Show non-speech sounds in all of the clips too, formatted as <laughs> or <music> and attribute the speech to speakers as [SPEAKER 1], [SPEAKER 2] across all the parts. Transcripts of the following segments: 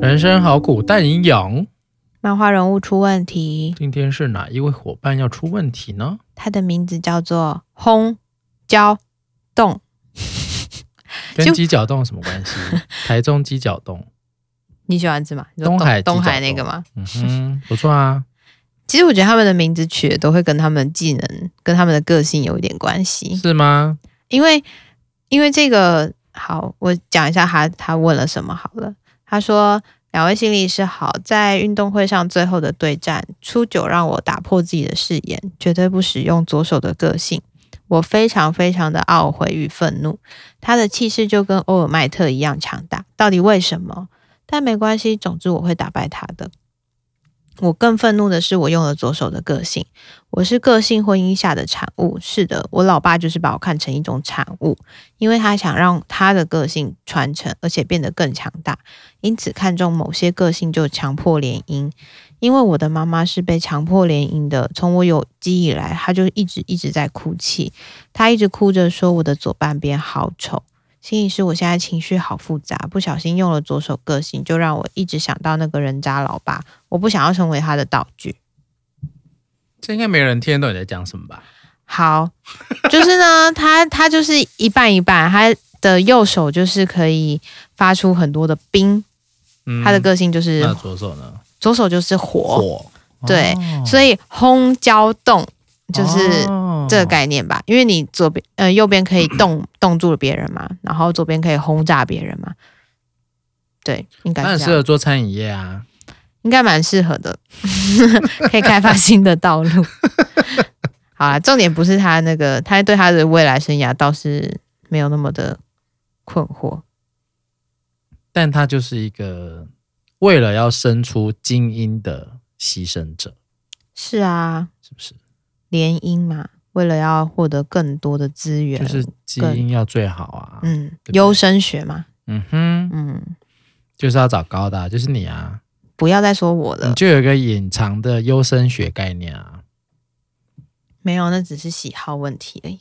[SPEAKER 1] 人生好苦，但营养。
[SPEAKER 2] 漫画人物出问题，
[SPEAKER 1] 今天是哪一位伙伴要出问题呢？
[SPEAKER 2] 他的名字叫做轰焦冻。
[SPEAKER 1] 跟
[SPEAKER 2] 就
[SPEAKER 1] 鸡脚冻有什么
[SPEAKER 2] <laughs>
[SPEAKER 1] 关系？台中鸡脚冻，
[SPEAKER 2] 你喜欢吃吗？你说
[SPEAKER 1] 东海
[SPEAKER 2] 东
[SPEAKER 1] 鸡脚
[SPEAKER 2] 海那
[SPEAKER 1] 冻
[SPEAKER 2] 个吗？
[SPEAKER 1] 嗯哼，不错啊。
[SPEAKER 2] <laughs> 其实我觉得他们的名字取的都会跟他们的技能、跟他们的个性有一点关系，
[SPEAKER 1] 是吗？
[SPEAKER 2] 因为因为这个好，我讲一下他他问了什么好了。他说：“两位心理师好，在运动会上最后的对战，初九让我打破自己的誓言，绝对不使用左手的个性。我非常非常的懊悔与愤怒，他的气势就跟欧尔麦特一样强大，到底为什么？但没关系，总之我会打败他的。”我更愤怒的是，我用了左手的个性。我是个性婚姻下的产物。是的，我老爸就是把我看成一种产物，因为他想让他的个性传承，而且变得更强大，因此看重某些个性就强迫联姻。因为我的妈妈是被强迫联姻的，从我有记忆以来，她就一直一直在哭泣，她一直哭着说我的左半边好丑。心理师，我现在情绪好复杂，不小心用了左手个性，就让我一直想到那个人渣老爸。我不想要成为他的道具。
[SPEAKER 1] 这应该没人听得懂你在讲什么吧？
[SPEAKER 2] 好，就是呢， <laughs> 他他就是一半一半，他的右手就是可以发出很多的冰，
[SPEAKER 1] 嗯
[SPEAKER 2] 他的个性就是、
[SPEAKER 1] 那左手呢？
[SPEAKER 2] 左手就是火，
[SPEAKER 1] 火。
[SPEAKER 2] 对
[SPEAKER 1] 哦
[SPEAKER 2] 所以轰焦动就是
[SPEAKER 1] 哦
[SPEAKER 2] 这个概念吧，因为你左边呃右边可以
[SPEAKER 1] <clears throat>
[SPEAKER 2] 动冻住了别人嘛，然后左边可以轰炸别人嘛，对，应该
[SPEAKER 1] 那很
[SPEAKER 2] 是这
[SPEAKER 1] 适
[SPEAKER 2] 样
[SPEAKER 1] 合做餐饮业啊。
[SPEAKER 2] 应该蛮适合的， <laughs> 可以开发新的道路。 <laughs> 好啦，重点不是他那个，他对他的未来生涯倒是没有那么的困惑。
[SPEAKER 1] 但他就是一个为了要生出精英的牺牲者，
[SPEAKER 2] 是啊，
[SPEAKER 1] 是不是？
[SPEAKER 2] 联姻嘛，为了要获得更多的资源，
[SPEAKER 1] 就是基因要最好啊。嗯
[SPEAKER 2] 嗯，
[SPEAKER 1] 对不对
[SPEAKER 2] 优生学嘛，
[SPEAKER 1] 哼，
[SPEAKER 2] 嗯，
[SPEAKER 1] 就是要找高的啊、就是你啊，
[SPEAKER 2] 不要再说我
[SPEAKER 1] 你
[SPEAKER 2] 了，
[SPEAKER 1] 就有一个隐藏的优生学概念啊。
[SPEAKER 2] 没有，那只是喜好问题而已。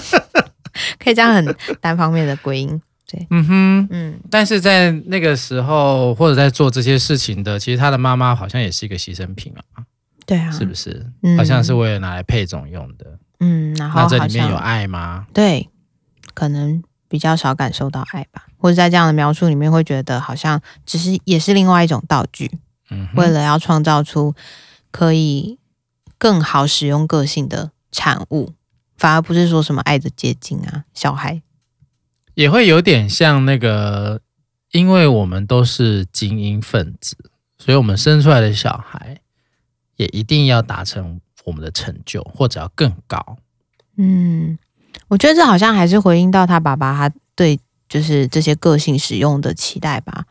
[SPEAKER 2] <laughs> 可以这样很单方面的归因，
[SPEAKER 1] 嗯哼，
[SPEAKER 2] 嗯，
[SPEAKER 1] 但是在那个时候或者在做这些事情的，其实他的妈妈好像也是一个牺牲品啊，
[SPEAKER 2] 对啊，
[SPEAKER 1] 是不是？
[SPEAKER 2] 嗯
[SPEAKER 1] 好像是为了拿来配种用的。
[SPEAKER 2] 嗯，然后
[SPEAKER 1] 那
[SPEAKER 2] 好
[SPEAKER 1] 这
[SPEAKER 2] 像
[SPEAKER 1] 里面有爱吗？
[SPEAKER 2] 对，可能比较少感受到爱吧，或者在这样的描述里面会觉得好像只是也是另外一种道具，
[SPEAKER 1] 嗯
[SPEAKER 2] 为
[SPEAKER 1] 哼，
[SPEAKER 2] 了要创造出可以更好使用个性的产物，反而不是说什么爱的结晶啊，小孩，
[SPEAKER 1] 也会有点像那个，因为我们都是精英分子，所以我们生出来的小孩也一定要达成我们的成就，或者要更高。
[SPEAKER 2] 嗯，我觉得这好像还是回应到他爸爸他对就是这些个性使用的期待吧，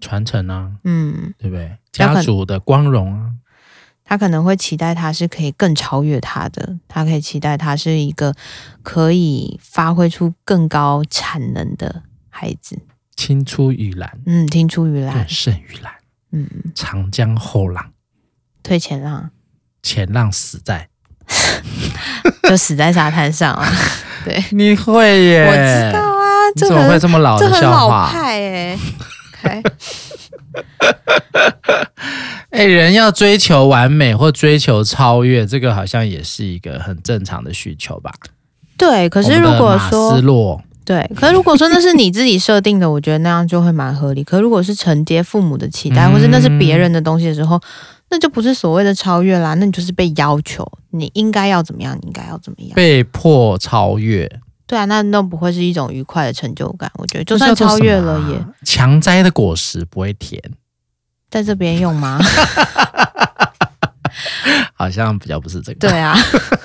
[SPEAKER 1] 传承啊，
[SPEAKER 2] 嗯，
[SPEAKER 1] 对不对？
[SPEAKER 2] 有可
[SPEAKER 1] 家族的光荣啊，
[SPEAKER 2] 他可能会期待他是可以更超越他的，他可以期待他是一个可以发挥出更高产能的孩子。
[SPEAKER 1] 青出于蓝，
[SPEAKER 2] 嗯，听出于
[SPEAKER 1] 更
[SPEAKER 2] 蓝，
[SPEAKER 1] 胜于蓝。
[SPEAKER 2] 嗯，
[SPEAKER 1] 长江后浪，
[SPEAKER 2] 退前浪
[SPEAKER 1] 前浪死在。
[SPEAKER 2] 就死在沙滩
[SPEAKER 1] <laughs>
[SPEAKER 2] 上啊！
[SPEAKER 1] 你会耶？
[SPEAKER 2] 我知道啊，
[SPEAKER 1] 你
[SPEAKER 2] 这
[SPEAKER 1] 怎么会
[SPEAKER 2] 很
[SPEAKER 1] 这么老
[SPEAKER 2] 这
[SPEAKER 1] 的
[SPEAKER 2] 很
[SPEAKER 1] 笑
[SPEAKER 2] 老
[SPEAKER 1] 话？
[SPEAKER 2] 派哎、OK，
[SPEAKER 1] 哎、人要追求完美或追求超越，这个好像也是一个很正常的需求吧。
[SPEAKER 2] 对，可是如
[SPEAKER 1] 我
[SPEAKER 2] 果
[SPEAKER 1] 们的马
[SPEAKER 2] 说
[SPEAKER 1] 斯洛，
[SPEAKER 2] 对，可是如果说那是你自己设定的，我觉得那样就会蛮合理。可如果是承接父母的期待，
[SPEAKER 1] 嗯
[SPEAKER 2] 或是那是别人的东西的时候，那就不是所谓的超越啦，那你就是被要求，你应该要怎么样，你应该要怎么样。
[SPEAKER 1] 被迫超越，
[SPEAKER 2] 对啊，那那不会是一种愉快的成就感。我觉得就
[SPEAKER 1] 这叫
[SPEAKER 2] 算
[SPEAKER 1] 做
[SPEAKER 2] 超越
[SPEAKER 1] 什么
[SPEAKER 2] 了
[SPEAKER 1] 啊
[SPEAKER 2] 也，
[SPEAKER 1] 强摘的果实不会甜， <laughs>
[SPEAKER 2] 在这边用吗？ <laughs>
[SPEAKER 1] 好像比较不是这个。
[SPEAKER 2] 对，啊，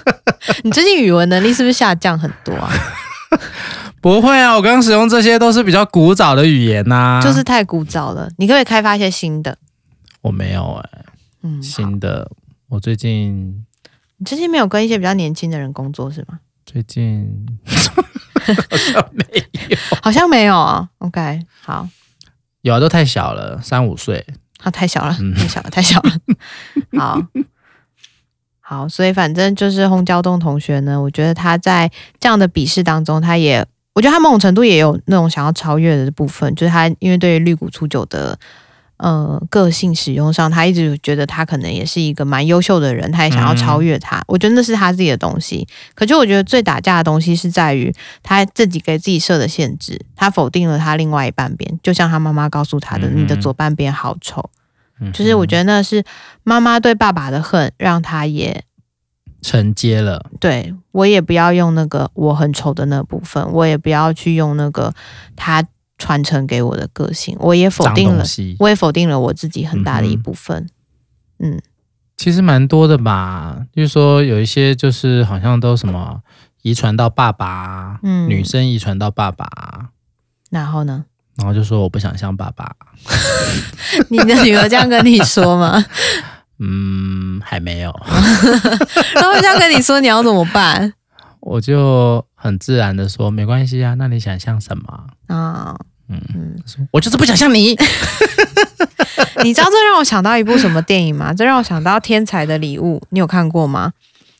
[SPEAKER 2] <laughs> 你最近语文能力是不是下降很多
[SPEAKER 1] <laughs>
[SPEAKER 2] 啊？
[SPEAKER 1] 不会啊，我刚刚使用这些都是比较古早的语言啊呐、
[SPEAKER 2] 就是太枯燥了，你可不可以开发一些新的？
[SPEAKER 1] 我没有哎、
[SPEAKER 2] 嗯，好。
[SPEAKER 1] 新的，我最近
[SPEAKER 2] 你最近没有跟一些比较年轻的人工作是吗？
[SPEAKER 1] 最近好像没有，
[SPEAKER 2] 好像没有啊。OK，好。
[SPEAKER 1] 有啊，都太小了，三五岁。
[SPEAKER 2] 啊，太小了，
[SPEAKER 1] 嗯
[SPEAKER 2] 太小了，太
[SPEAKER 1] <laughs>
[SPEAKER 2] 小了。好好，所以反正就是轰焦东同学呢，我觉得他在这样的笔试当中，他也我觉得他某种程度也有那种想要超越的部分，就是他因为对于绿谷初九的呃个性使用上，他一直觉得他可能也是一个蛮优秀的人，他也想要超越
[SPEAKER 1] 嗯
[SPEAKER 2] 他。我觉得那是他自己的东西。可是我觉得最打架的东西是在于他自己给自己设的限制，他否定了他另外一半边，就像他妈妈告诉他的：“
[SPEAKER 1] 嗯
[SPEAKER 2] 你的左半边好丑。”
[SPEAKER 1] 嗯
[SPEAKER 2] 就是我
[SPEAKER 1] 得
[SPEAKER 2] 觉得那是妈妈对爸爸的恨，让他也
[SPEAKER 1] 承接了，
[SPEAKER 2] 对我也不要用那个我很丑的那部分，我也不要去用那个他传承给我的个性，我也否
[SPEAKER 1] 脏
[SPEAKER 2] 定
[SPEAKER 1] 东
[SPEAKER 2] 了，
[SPEAKER 1] 西，
[SPEAKER 2] 我也否定了我自己很大的
[SPEAKER 1] 嗯
[SPEAKER 2] 一
[SPEAKER 1] 哼
[SPEAKER 2] 部分。
[SPEAKER 1] 其实蛮多的吧。就是说有一些就是好像都什么遗传到爸爸啊，
[SPEAKER 2] 嗯
[SPEAKER 1] 女生遗传到爸爸啊，
[SPEAKER 2] 然后
[SPEAKER 1] <laughs>
[SPEAKER 2] 呢，
[SPEAKER 1] 然后就说我不想像爸爸。
[SPEAKER 2] 你的女儿这样跟你说吗？ <laughs>
[SPEAKER 1] 嗯，还没有，
[SPEAKER 2] 然后这样跟你说，你要怎么办 <laughs>
[SPEAKER 1] 我就很自然的说没关系啊，那你想像什么啊？
[SPEAKER 2] 啊？
[SPEAKER 1] 嗯，
[SPEAKER 2] 嗯，
[SPEAKER 1] 我就是不想像你。
[SPEAKER 2] <laughs> 你知道这让我想到一部什么电影吗？这让我想到《天才的礼物》，你有看过吗？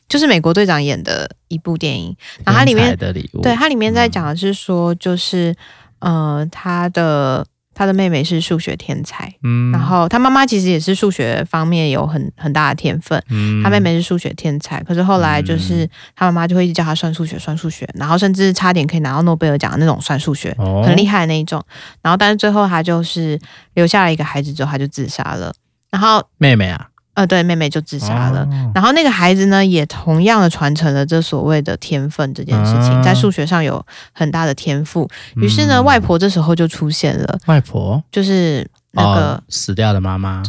[SPEAKER 2] 就是美国队长演的一部电影，然后它里面
[SPEAKER 1] 天才的礼物，
[SPEAKER 2] 对，它里面在
[SPEAKER 1] 嗯
[SPEAKER 2] 讲的是说，就是呃，他的他的妹妹是数学天才，
[SPEAKER 1] 嗯
[SPEAKER 2] 然后他妈妈其实也是数学方面有很很大的天分。
[SPEAKER 1] 嗯
[SPEAKER 2] 他妹妹是数学天才，可是后来就是他妈妈就会一直叫他算数学，算数学，然后甚至差点可以拿到诺贝尔奖的那种算数学，
[SPEAKER 1] 哦
[SPEAKER 2] 很厉害的那一种。然后但是最后他就是留下了一个孩子之后，他就自杀了。然后
[SPEAKER 1] 妹妹啊，
[SPEAKER 2] 呃，对，妹妹就自杀了。
[SPEAKER 1] 哦
[SPEAKER 2] 然后那个孩子呢，也同样的传承了这所谓的天分这件事情，
[SPEAKER 1] 啊
[SPEAKER 2] 在数学上有很大的天赋。于是呢，
[SPEAKER 1] 嗯
[SPEAKER 2] 外婆这时候就出现了，
[SPEAKER 1] 外婆
[SPEAKER 2] 就是那
[SPEAKER 1] 哦
[SPEAKER 2] 个、
[SPEAKER 1] 死掉的妈妈，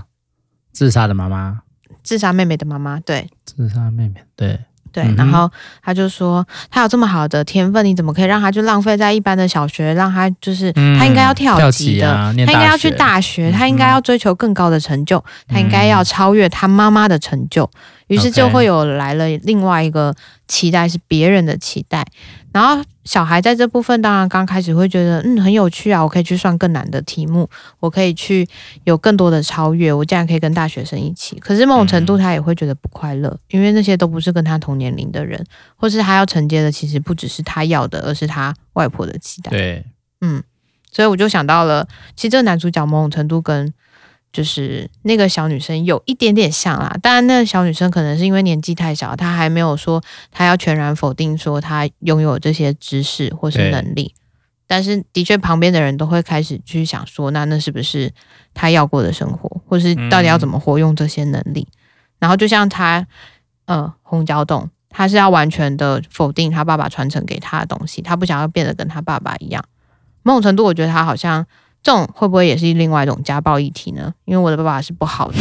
[SPEAKER 1] 自杀的妈妈，
[SPEAKER 2] 自杀妹妹的妈妈，对
[SPEAKER 1] 自杀妹妹，对，
[SPEAKER 2] 对。
[SPEAKER 1] 嗯哼
[SPEAKER 2] 然后她就说，她有这么好的天分，你怎么可以让她就浪费在一般的小学，让她就是
[SPEAKER 1] 嗯
[SPEAKER 2] 她应该要跳
[SPEAKER 1] 跳
[SPEAKER 2] 级
[SPEAKER 1] 级
[SPEAKER 2] 的。
[SPEAKER 1] 啊，
[SPEAKER 2] 她
[SPEAKER 1] 念
[SPEAKER 2] 应该要
[SPEAKER 1] 学
[SPEAKER 2] 去，大学，
[SPEAKER 1] 嗯
[SPEAKER 2] 她应该要追求更高的成就，她应该要超越她妈妈的成就，于是就
[SPEAKER 1] OK
[SPEAKER 2] 会有来了另外一个期待是别人的期待，然后小孩在这部分当然刚开始会觉得嗯很有趣啊，我可以去算更难的题目，我可以去有更多的超越，我竟然可以跟大学生一起，可是某种程度
[SPEAKER 1] 嗯
[SPEAKER 2] 他也会觉得不快乐，因为那些都不是跟他同年龄的人，或是他要承接的其实不只是他要的，而是他外婆的期待。
[SPEAKER 1] 对，
[SPEAKER 2] 所以我就想到了，其实这个男主角某种程度跟就是那个小女生有一点点像啦。当然，那个小女生可能是因为年纪太小，她还没有说她要全然否定说她拥有这些知识或是
[SPEAKER 1] 对
[SPEAKER 2] 能力。但是，的确，旁边的人都会开始去想说，那那是不是她要过的生活，或是到底要怎么活用这些能力？然后，就像她，呃，红脚洞，她是要完全的否定她爸爸传承给她的东西，她不想要变得跟她爸爸一样。某种程度，我觉得他好像这种会不会也是另外一种家暴议题呢？因为我的爸爸是不好的，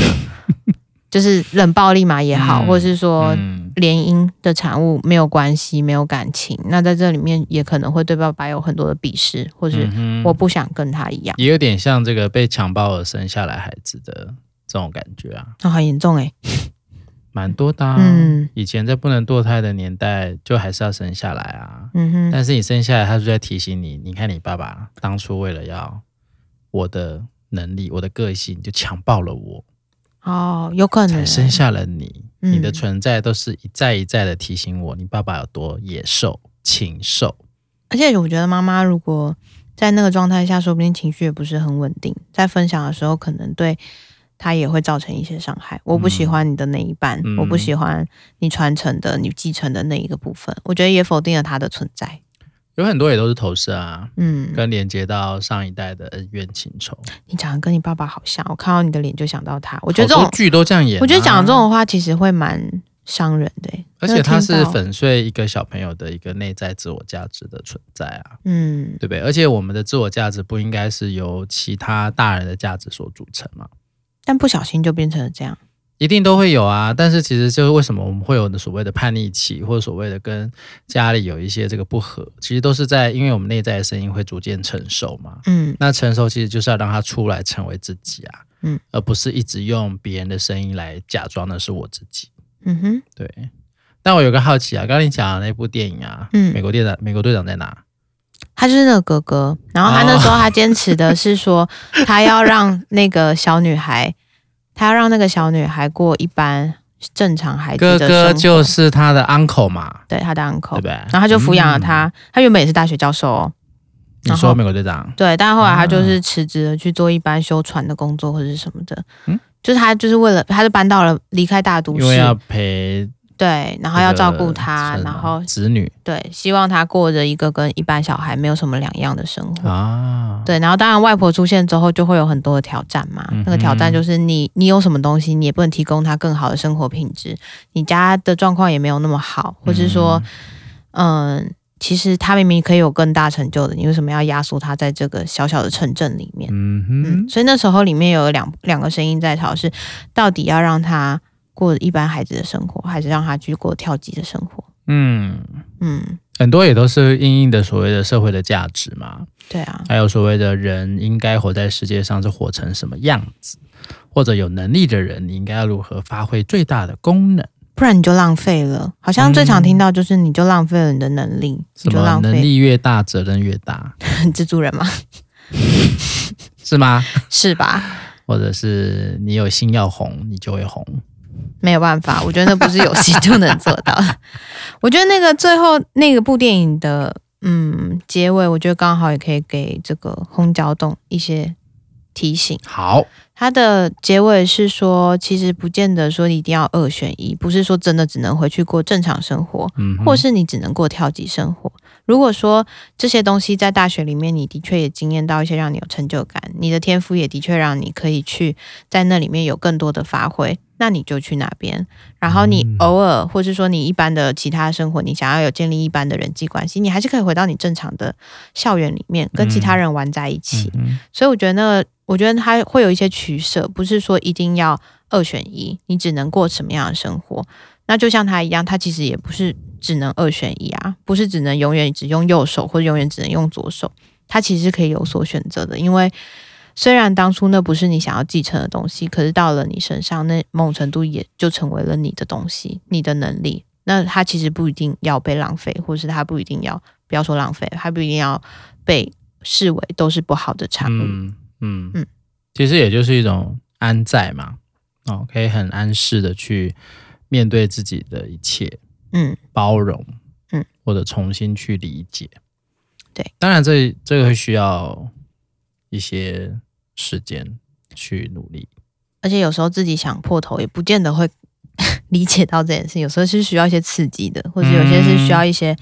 [SPEAKER 1] <laughs>
[SPEAKER 2] 就是冷暴力嘛也好，
[SPEAKER 1] 嗯
[SPEAKER 2] 或者是说
[SPEAKER 1] 嗯
[SPEAKER 2] 联姻的产物没有关系、没有感情，那在这里面也可能会对爸爸有很多的鄙视，或是
[SPEAKER 1] 嗯哼
[SPEAKER 2] 我不想跟他一样，
[SPEAKER 1] 也有点像这个被强暴而生下来孩子的这种感觉啊，
[SPEAKER 2] 那、很严重诶、
[SPEAKER 1] 蛮多的、啊，
[SPEAKER 2] 嗯
[SPEAKER 1] 以前在不能堕胎的年代，就还是要生下来啊。
[SPEAKER 2] 嗯哼，
[SPEAKER 1] 但是你生下来，他就在提醒你，你看你爸爸当初为了要我的能力、我的个性，就强暴了我，
[SPEAKER 2] 哦，有可能
[SPEAKER 1] 才
[SPEAKER 2] 欸、
[SPEAKER 1] 生下了你。
[SPEAKER 2] 嗯
[SPEAKER 1] 你的存在都是一再一再的提醒我，你爸爸有多野兽、禽兽。
[SPEAKER 2] 而且我觉得妈妈如果在那个状态下，说不定情绪也不是很稳定，在分享的时候，可能对她也会造成一些伤害。我不喜欢你的那一半，
[SPEAKER 1] 嗯
[SPEAKER 2] 我不喜欢你传承的、你继承的那一个部分，我觉得也否定了她的存在。
[SPEAKER 1] 有很多也都是投射啊，
[SPEAKER 2] 嗯，
[SPEAKER 1] 跟连接到上一代的恩怨情仇。
[SPEAKER 2] 你长得跟你爸爸好像，我看到你的脸就想到他。我
[SPEAKER 1] 我
[SPEAKER 2] 觉得这种，
[SPEAKER 1] 剧都这样演啊、
[SPEAKER 2] 我觉得讲这种话其实会蛮伤人的、
[SPEAKER 1] 而且它
[SPEAKER 2] 真的
[SPEAKER 1] 是
[SPEAKER 2] 听到
[SPEAKER 1] 粉碎一个小朋友的一个内在自我价值的存在啊，
[SPEAKER 2] 嗯
[SPEAKER 1] 对不对？而且我们的自我价值不应该是由其他大人的价值所组成啊嘛，
[SPEAKER 2] 但不小心就变成了这样。
[SPEAKER 1] 一定都会有啊。但是其实就是为什么我们会有所谓的叛逆期，或者所谓的跟家里有一些这个不合，其实都是在因为我们内在的声音会逐渐成熟嘛。
[SPEAKER 2] 嗯
[SPEAKER 1] 那成熟其实就是要让他出来成为自己啊，
[SPEAKER 2] 嗯，
[SPEAKER 1] 而不是一直用别人的声音来假装那是我自己。
[SPEAKER 2] 嗯哼，
[SPEAKER 1] 对，但我有个好奇啊，刚刚你讲的那部电影啊，
[SPEAKER 2] 嗯
[SPEAKER 1] 美国队长，美国队长在哪？
[SPEAKER 2] 他就是那个哥哥，然后他那时候他坚持的是说，
[SPEAKER 1] 哦
[SPEAKER 2] <laughs> 他要让那个小女孩，他要让那个小女孩过一般正常孩子
[SPEAKER 1] 哥
[SPEAKER 2] 的生活。
[SPEAKER 1] 哥就是他的 uncle 嘛，
[SPEAKER 2] 对他的 uncle，
[SPEAKER 1] 对不对？嗯
[SPEAKER 2] 然后他就抚养了他，他原本也是大学教授哦，
[SPEAKER 1] 你
[SPEAKER 2] 然
[SPEAKER 1] 说
[SPEAKER 2] 后
[SPEAKER 1] 美国队长，
[SPEAKER 2] 对，但后来他
[SPEAKER 1] 啊
[SPEAKER 2] 就是辞职了，去做一般修船的工作或者是什么的。
[SPEAKER 1] 嗯
[SPEAKER 2] 就是他就是为了，他就搬到了离开大都
[SPEAKER 1] 因为要
[SPEAKER 2] 市，
[SPEAKER 1] 陪
[SPEAKER 2] 对，然
[SPEAKER 1] 那个，啊
[SPEAKER 2] 后要照顾他，
[SPEAKER 1] 是
[SPEAKER 2] 然后
[SPEAKER 1] 子女
[SPEAKER 2] 对，希望他过着一个跟一般小孩没有什么两样的生活。
[SPEAKER 1] 啊，
[SPEAKER 2] 对，然后当然外婆出现之后，就会有很多的挑战嘛。
[SPEAKER 1] 嗯哼
[SPEAKER 2] 那个挑战就是你，你有什么东西，你也不能提供他更好的生活品质，你家的状况也没有那么好，或是说，嗯。其实他明明可以有更大成就的，你为什么要压缩他在这个小小的城镇里面？
[SPEAKER 1] 嗯
[SPEAKER 2] 嗯，
[SPEAKER 1] 哼，
[SPEAKER 2] 所以那时候里面有两两个声音在吵，是到底要让他过一般孩子的生活，还是让他去过跳级的生活？
[SPEAKER 1] 嗯，
[SPEAKER 2] 嗯，
[SPEAKER 1] 很多也都是因应的所谓的社会的价值嘛，
[SPEAKER 2] 对啊，
[SPEAKER 1] 还有所谓的人应该活在世界上是活成什么样子，或者有能力的人你应该要如何发挥最大的功能，
[SPEAKER 2] 不然你就浪费了。好像最常听到就是你就浪费了你的能力，
[SPEAKER 1] 嗯什
[SPEAKER 2] 你就
[SPEAKER 1] 么
[SPEAKER 2] 浪
[SPEAKER 1] 能
[SPEAKER 2] 费
[SPEAKER 1] 力越大责任越大，
[SPEAKER 2] 蜘蛛人嘛，
[SPEAKER 1] 是吗？
[SPEAKER 2] 是吧？
[SPEAKER 1] 或者是你有心要红，你就会红。
[SPEAKER 2] 没有办法，我觉得那不是有心就能做到的。我觉得那个最后那个部电影的嗯结尾，我觉得刚好也可以给这个轰焦洞一些提醒。
[SPEAKER 1] 好，
[SPEAKER 2] 它的结尾是说，其实不见得说一定要二选一，不是说真的只能回去过正常生活，
[SPEAKER 1] 嗯哼，
[SPEAKER 2] 或是你只能过跳级生活。如果说这些东西在大学里面，你的确也经验到一些让你有成就感，你的天赋也的确让你可以去在那里面有更多的发挥，那你就去那边。然后你
[SPEAKER 1] 嗯
[SPEAKER 2] 偶尔，或是说你一般的其他生活，你想要有建立一般的人际关系，你还是可以回到你正常的校园里面，跟其他人玩在一起。
[SPEAKER 1] 嗯
[SPEAKER 2] 所以我觉得那个，我觉得他会有一些取舍，不是说一定要二选一，你只能过什么样的生活。那就像他一样，他其实也不是只能二选一啊，不是只能永远只用右手，或者永远只能用左手。他其实是可以有所选择的，因为虽然当初那不是你想要继承的东西，可是到了你身上，那某种程度也就成为了你的东西，你的能力。那它其实不一定要被浪费，或是它不一定要不要说浪费，它不一定要被视为都是不好的产物。
[SPEAKER 1] 嗯嗯
[SPEAKER 2] 嗯
[SPEAKER 1] 其实也就是一种安在嘛，哦，可以很安适的去面对自己的一切，
[SPEAKER 2] 嗯
[SPEAKER 1] 包容，
[SPEAKER 2] 嗯，
[SPEAKER 1] 或者重新去理解。
[SPEAKER 2] 对，
[SPEAKER 1] 当然这这个会需要一些时间去努力。
[SPEAKER 2] 而且有时候自己想破头，也不见得会 <laughs> 理解到这件事。有时候是需要一些刺激的，或者有些是需要一些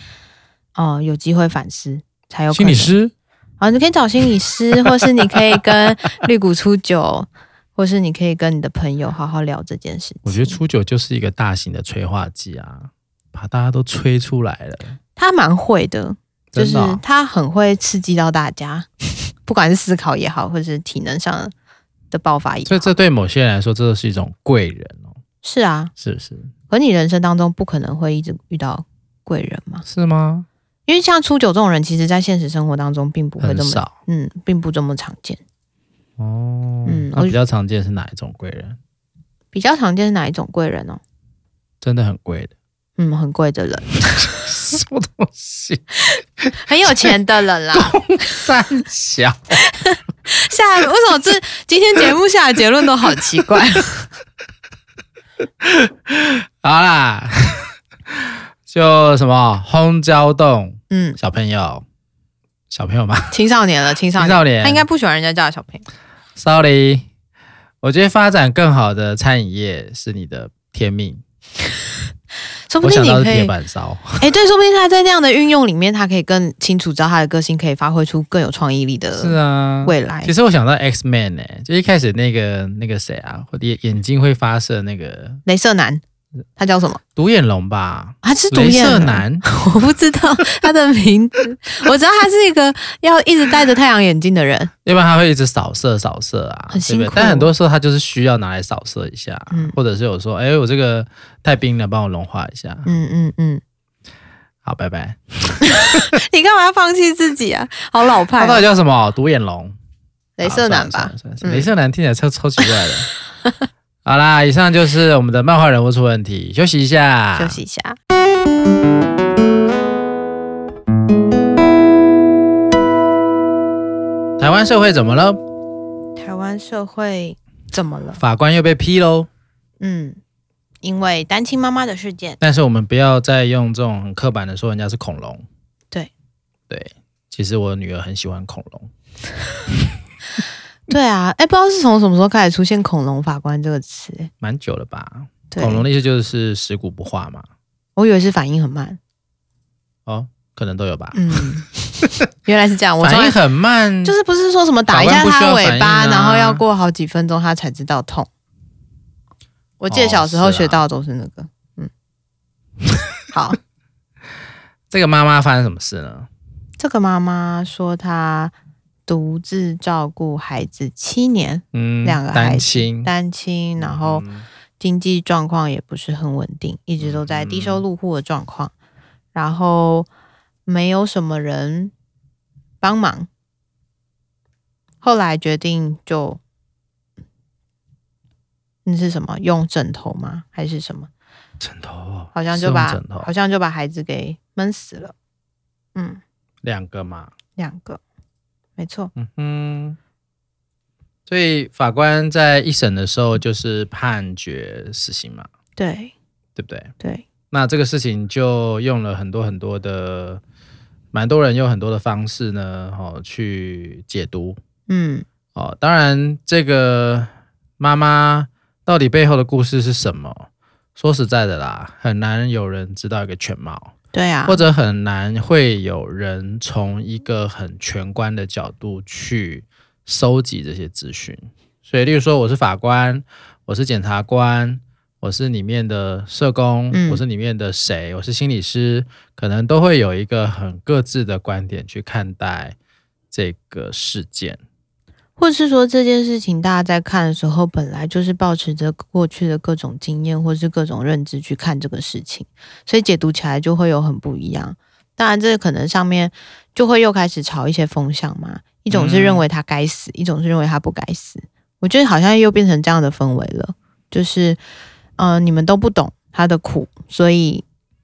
[SPEAKER 2] 哦、有机会反思才有
[SPEAKER 1] 嗯
[SPEAKER 2] 可
[SPEAKER 1] 心
[SPEAKER 2] 能。
[SPEAKER 1] 理师，
[SPEAKER 2] 啊、你可以找心理师，或是你可以跟绿谷初九，或是你可以跟你的朋友好好聊这件事情。
[SPEAKER 1] 我觉得初九就是一个大型的催化剂啊，把大家都催出来了。
[SPEAKER 2] 他蛮会的，就是
[SPEAKER 1] 真的哦
[SPEAKER 2] 他很会刺激到大家， <laughs> 不管是思考也好，或是体能上的爆发也
[SPEAKER 1] 所以
[SPEAKER 2] 好。
[SPEAKER 1] 这对某些人来说，这是一种贵人哦，
[SPEAKER 2] 是啊，
[SPEAKER 1] 是不是？
[SPEAKER 2] 可你人生当中不可能会一直遇到贵人嘛。
[SPEAKER 1] 是吗？
[SPEAKER 2] 因为像初九这种人，其实在现实生活当中并不会
[SPEAKER 1] 很
[SPEAKER 2] 这么，
[SPEAKER 1] 少
[SPEAKER 2] 嗯，并不这么常见。
[SPEAKER 1] 哦。
[SPEAKER 2] 嗯
[SPEAKER 1] 那
[SPEAKER 2] 我
[SPEAKER 1] 比较常见是哪一种贵人？
[SPEAKER 2] 比较常见是哪一种贵人哦？
[SPEAKER 1] 真的很贵的，
[SPEAKER 2] 嗯，很贵的人，
[SPEAKER 1] 什么东
[SPEAKER 2] <laughs>
[SPEAKER 1] 西？
[SPEAKER 2] 很有钱的人啦。
[SPEAKER 1] 三小，
[SPEAKER 2] 下为什么这今天节目下的结论都好奇怪？
[SPEAKER 1] <laughs> 好啦，就什么轰焦洞
[SPEAKER 2] 嗯，
[SPEAKER 1] 小朋友，小朋友吗？
[SPEAKER 2] 青少年了，青少
[SPEAKER 1] 青
[SPEAKER 2] 年，
[SPEAKER 1] 少年，
[SPEAKER 2] 他应该不喜欢人家叫他小朋友。
[SPEAKER 1] Sorry，我觉得发展更好的餐饮业是你的天命。
[SPEAKER 2] 说不
[SPEAKER 1] 我想
[SPEAKER 2] 定你
[SPEAKER 1] 到是
[SPEAKER 2] 可
[SPEAKER 1] 铁
[SPEAKER 2] 以，
[SPEAKER 1] 板烧，
[SPEAKER 2] 哎，对，说不定他在那样的运用里面，他可以更清楚知道他的个性，可以发挥出更有创意力
[SPEAKER 1] 是
[SPEAKER 2] 的
[SPEAKER 1] 啊。
[SPEAKER 2] 呃未来。
[SPEAKER 1] 其实我想到 X Man 呢、就一开始那个那个谁啊，或眼眼睛会发射那个
[SPEAKER 2] 镭射男，他叫什么？
[SPEAKER 1] 独眼龙吧，
[SPEAKER 2] 他是独
[SPEAKER 1] 镭
[SPEAKER 2] 眼
[SPEAKER 1] 射
[SPEAKER 2] 人
[SPEAKER 1] 男，
[SPEAKER 2] 我不知道他的名字，我知道他是一个要一直戴着太阳眼镜的人。
[SPEAKER 1] 要不然他会一直扫射扫射啊，
[SPEAKER 2] 很辛苦
[SPEAKER 1] 对不对？但很多时候他就是需要拿来扫射一下，
[SPEAKER 2] 嗯
[SPEAKER 1] 或者是有说，哎、我这个太冰了，帮我融化一下。
[SPEAKER 2] 嗯嗯嗯，
[SPEAKER 1] 好，拜拜。
[SPEAKER 2] 你干嘛要放弃自己啊？好老派
[SPEAKER 1] 他到底
[SPEAKER 2] 哦、
[SPEAKER 1] 叫什么？独眼龙。
[SPEAKER 2] 镭射男吧
[SPEAKER 1] 啊算了算了算了
[SPEAKER 2] 嗯
[SPEAKER 1] 镭射男听起来超超奇怪的。
[SPEAKER 2] <laughs>
[SPEAKER 1] 好啦，以上就是我们的漫画人物出问题，休息一下，
[SPEAKER 2] 休息。一下。
[SPEAKER 1] 台湾社会怎么了？
[SPEAKER 2] 台湾社会怎么了？
[SPEAKER 1] 法官又被批喽。
[SPEAKER 2] 嗯，因为单亲妈妈的事件，
[SPEAKER 1] 但是我们不要再用这种很刻板的说人家是恐龙。
[SPEAKER 2] 对
[SPEAKER 1] 对，其实我女儿很喜欢恐龙，
[SPEAKER 2] 对啊，哎、不知道是从什么时候开始出现“恐龙法官”这个词、哎
[SPEAKER 1] 蛮久了吧？
[SPEAKER 2] 对，
[SPEAKER 1] 恐龙的意思就是食古不化嘛，
[SPEAKER 2] 我以为是反应很慢。
[SPEAKER 1] 哦，可能都有吧。
[SPEAKER 2] 嗯， <laughs> 原来是这样。我从
[SPEAKER 1] 反
[SPEAKER 2] 来
[SPEAKER 1] 应很慢，
[SPEAKER 2] 就是不是说什么打一下
[SPEAKER 1] 嗯法官不需
[SPEAKER 2] 它
[SPEAKER 1] 要
[SPEAKER 2] 尾巴，
[SPEAKER 1] 反应啊
[SPEAKER 2] 然后要过好几分钟它才知道痛。我记得
[SPEAKER 1] 哦
[SPEAKER 2] 小时候
[SPEAKER 1] 是啊
[SPEAKER 2] 学到的都是那个，
[SPEAKER 1] <laughs>
[SPEAKER 2] 嗯，好。
[SPEAKER 1] 这个妈妈发生什么事呢？
[SPEAKER 2] 这个妈妈说她独自照顾孩子七年，
[SPEAKER 1] 嗯，
[SPEAKER 2] 两个孩
[SPEAKER 1] 单
[SPEAKER 2] 子
[SPEAKER 1] 亲，
[SPEAKER 2] 单亲，然后
[SPEAKER 1] 嗯
[SPEAKER 2] 经济状况也不是很稳定，一直都在低
[SPEAKER 1] 嗯
[SPEAKER 2] 收入户的状况，然后没有什么人帮忙。后来决定就，那是什么？用枕头吗？还是什么？
[SPEAKER 1] 枕头哦，
[SPEAKER 2] 好像
[SPEAKER 1] 是
[SPEAKER 2] 就
[SPEAKER 1] 用
[SPEAKER 2] 把
[SPEAKER 1] 枕头
[SPEAKER 2] 好像就把孩子给闷死了。嗯，
[SPEAKER 1] 两个嘛，
[SPEAKER 2] 两个，没错。
[SPEAKER 1] 嗯哼。所以法官在一审的时候就是判决死刑嘛，
[SPEAKER 2] 对
[SPEAKER 1] 对不对？
[SPEAKER 2] 对，
[SPEAKER 1] 那这个事情就用了很多很多的，蛮多人用很多的方式呢，哦，去解读
[SPEAKER 2] 嗯，
[SPEAKER 1] 哦。当然，这个妈妈到底背后的故事是什么？说实在的啦，很难有人知道一个全貌。
[SPEAKER 2] 对啊，
[SPEAKER 1] 或者很难会有人从一个很全观的角度去收集这些资讯。所以，例如说，我是法官，我是检察官，我是里面的社工，
[SPEAKER 2] 嗯
[SPEAKER 1] 我是里面的谁，我是心理师，可能都会有一个很各自的观点去看待这个事件。
[SPEAKER 2] 或是说这件事情，大家在看的时候，本来就是保持着过去的各种经验或是各种认知去看这个事情，所以解读起来就会有很不一样。当然，这可能上面就会又开始吵一些风向嘛，一种是认为他该死，一种是认为他不该死。我觉得好像又变成这样的氛围了，就是，呃，你们都不懂他的苦，所以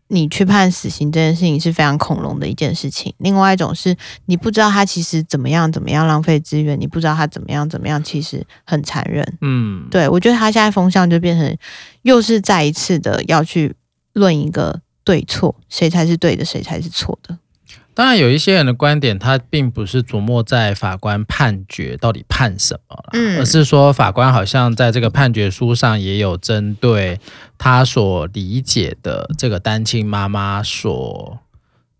[SPEAKER 2] 你去判死刑这件事情是非常恐龙的一件事情。另外一种是你不知道他其实怎么样怎么样浪费资源，你不知道他怎么样怎么样，其实很残忍。
[SPEAKER 1] 嗯，
[SPEAKER 2] 对我觉得他现在风向就变成又是再一次的要去论一个对错，谁才是对的，谁才是错的。
[SPEAKER 1] 当然有一些人的观点，他并不是琢磨在法官判决到底判什么啦，
[SPEAKER 2] 嗯
[SPEAKER 1] 而是说法官好像在这个判决书上也有针对他所理解的这个单亲妈妈所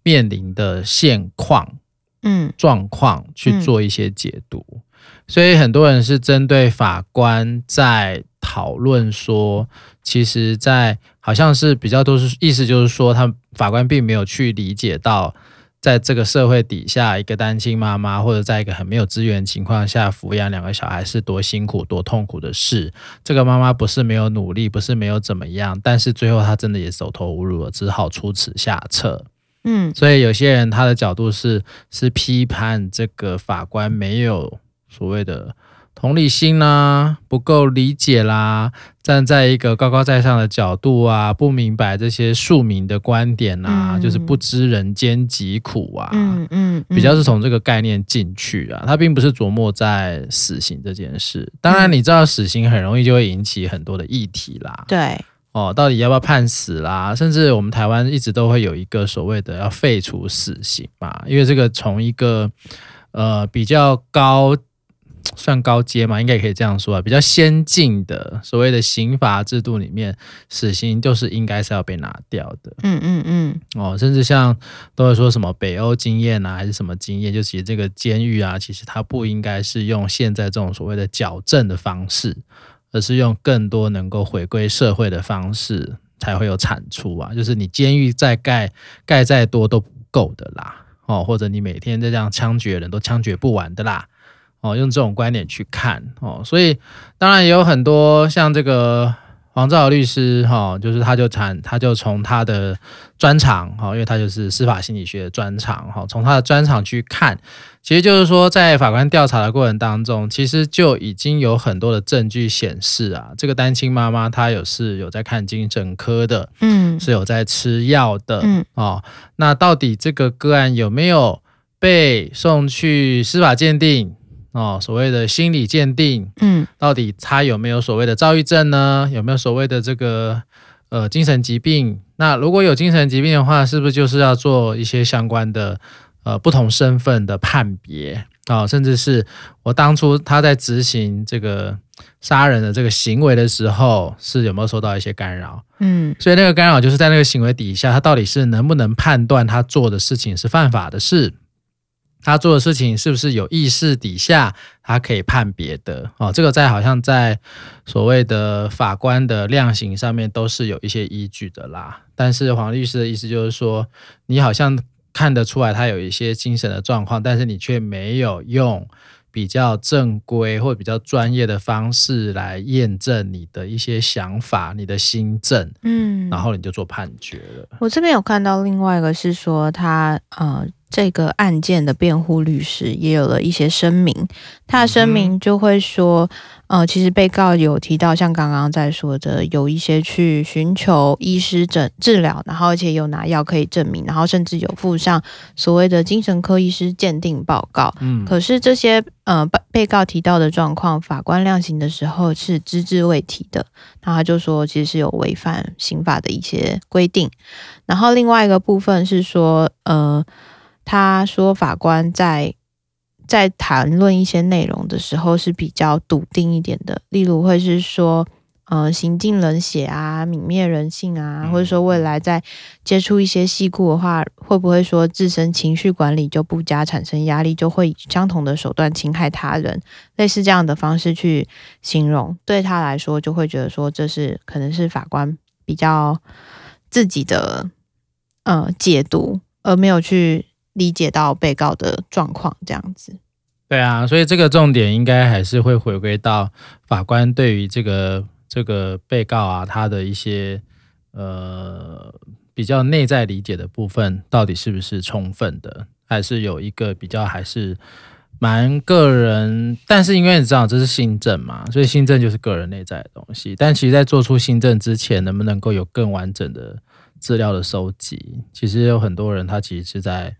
[SPEAKER 1] 面临的现况
[SPEAKER 2] 嗯
[SPEAKER 1] 状况去
[SPEAKER 2] 嗯
[SPEAKER 1] 做一些解读，所以很多人是针对法官在讨论说，其实，在好像是比较多是意思就是说，他法官并没有去理解到，在这个社会底下，一个单亲妈妈或者在一个很没有资源的情况下抚养两个小孩是多辛苦、多痛苦的事。这个妈妈不是没有努力，不是没有怎么样，但是最后她真的也走投无路了，只好出此下策。
[SPEAKER 2] 嗯
[SPEAKER 1] 所以有些人他的角度是是批判这个法官没有所谓的同理心啦、不够理解啦，站在一个高高在上的角度啊，不明白这些庶民的观点啊，
[SPEAKER 2] 嗯
[SPEAKER 1] 就是不知人间疾苦啊，
[SPEAKER 2] 嗯嗯，
[SPEAKER 1] 比较是从这个概念进去啊，他并不是琢磨在死刑这件事。当然，
[SPEAKER 2] 嗯
[SPEAKER 1] 你知道死刑很容易就会引起很多的议题啦，
[SPEAKER 2] 对，
[SPEAKER 1] 哦，到底要不要判死啦？甚至我们台湾一直都会有一个所谓的要废除死刑嘛，因为这个从一个呃比较高算高阶嘛，应该也可以这样说啊，比较先进的所谓的刑罚制度里面，死刑就是应该是要被拿掉的
[SPEAKER 2] 嗯嗯嗯，
[SPEAKER 1] 哦，甚至像都会说什么北欧经验啊，还是什么经验，就其实这个监狱啊，其实它不应该是用现在这种所谓的矫正的方式，而是用更多能够回归社会的方式才会有产出啊。就是你监狱再盖盖再多都不够的啦，哦，或者你每天再这样枪决人都枪决不完的啦。哦，用这种观点去看哦，所以当然也有很多像这个黄兆律师哈、哦，就是他就谈，他就从他的专长哈，因为他就是司法心理学的专长哈，从他的专长去看，其实就是说在法官调查的过程当中，其实就已经有很多的证据显示啊，这个单亲妈妈她有是有在看精神科的，
[SPEAKER 2] 嗯
[SPEAKER 1] 是有在吃药的，
[SPEAKER 2] 嗯
[SPEAKER 1] 哦，那到底这个个案有没有被送去司法鉴定？哦，所谓的心理鉴定，
[SPEAKER 2] 嗯
[SPEAKER 1] 到底他有没有所谓的躁郁症呢？有没有所谓的这个呃精神疾病？那如果有精神疾病的话，是不是就是要做一些相关的呃不同身份的判别啊、甚至是我当初他在执行这个杀人的这个行为的时候，是有没有受到一些干扰？
[SPEAKER 2] 嗯
[SPEAKER 1] 所以那个干扰就是在那个行为底下，他到底是能不能判断他做的事情是犯法的事，他做的事情是不是有意识底下他可以判别的哦，这个在好像在所谓的法官的量刑上面都是有一些依据的啦。但是黄律师的意思就是说，你好像看得出来他有一些精神的状况，但是你却没有用。比较正规或比较专业的方式来验证你的一些想法、你的心证，
[SPEAKER 2] 嗯，
[SPEAKER 1] 然后你就做判决了。
[SPEAKER 2] 我这边有看到另外一个是说他呃这个案件的辩护律师也有了一些声明，他的声明就会说，呃，其实被告有提到像刚刚在说的，有一些去寻求医师诊治疗，然后而且有拿药可以证明，然后甚至有附上所谓的精神科医师鉴定报告。
[SPEAKER 1] 嗯，
[SPEAKER 2] 可是这些呃被被告提到的状况，法官量刑的时候是只字未提的，那他就说其实是有违反刑法的一些规定。然后另外一个部分是说，呃，他说法官在在谈论一些内容的时候是比较笃定一点的，例如会是说。呃，行径冷血啊，泯灭人性啊，或者说未来在接触一些戏故的话，会不会说自身情绪管理就不佳，产生压力，就会以相同的手段侵害他人，类似这样的方式去形容，对他来说就会觉得说这是可能是法官比较自己的呃解读，而没有去理解到被告的状况这样子。
[SPEAKER 1] 对啊，所以这个重点应该还是会回归到法官对于这个这个被告啊，他的一些呃比较内在理解的部分，到底是不是充分的，还是有一个比较还是蛮个人，但是因为你知道这是新政嘛，所以新政就是个人内在的东西。但其实，在做出新政之前，能不能够有更完整的资料的收集，其实有很多人他其实是在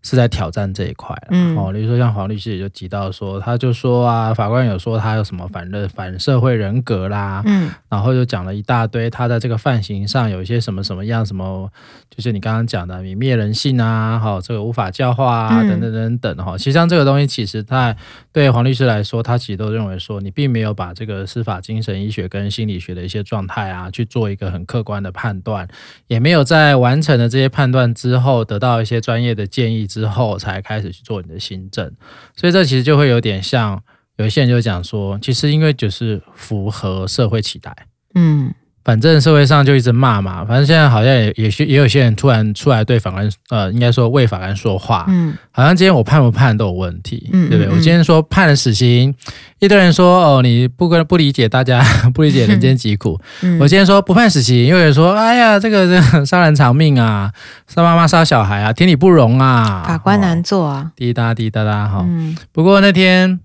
[SPEAKER 1] 是在挑战这一块啦。
[SPEAKER 2] 嗯
[SPEAKER 1] 哦，例如说像黄律师也就提到说，他就说啊，法官有说他有什么反的反社会人格啦，
[SPEAKER 2] 嗯
[SPEAKER 1] 然后又讲了一大堆，他在这个犯行上有一些什么什么样，什么就是你刚刚讲的泯灭人性啊，好、这个无法教化啊，
[SPEAKER 2] 嗯
[SPEAKER 1] 等等等等哈、其实像这个东西，其实在对黄律师来说，他其实都认为说，你并没有把这个司法精神医学跟心理学的一些状态啊，去做一个很客观的判断，也没有在完成了这些判断之后，得到一些专业的建议之后，才开始去做你的新政。所以这其实就会有点像。有一些人就讲说，其实因为就是符合社会期待，
[SPEAKER 2] 嗯
[SPEAKER 1] 反正社会上就一直骂嘛，反正现在好像也也是也有些人突然出来对法官，呃，应该说为法官说话，
[SPEAKER 2] 嗯
[SPEAKER 1] 好像今天我判不判都有问题，
[SPEAKER 2] 嗯
[SPEAKER 1] 对不
[SPEAKER 2] 嗯
[SPEAKER 1] 对？
[SPEAKER 2] 嗯
[SPEAKER 1] 我今天说判了死刑，一堆人说哦你不跟不理解大家， <laughs> 不理解人间疾苦。
[SPEAKER 2] <laughs> 嗯，
[SPEAKER 1] 我今天说不判死刑，又有人说哎呀这个这个杀人偿命啊，杀妈妈杀小孩啊，天理不容啊，
[SPEAKER 2] 法官难
[SPEAKER 1] 哦
[SPEAKER 2] 做啊。
[SPEAKER 1] 滴答滴答答哈。
[SPEAKER 2] 嗯
[SPEAKER 1] 不过那天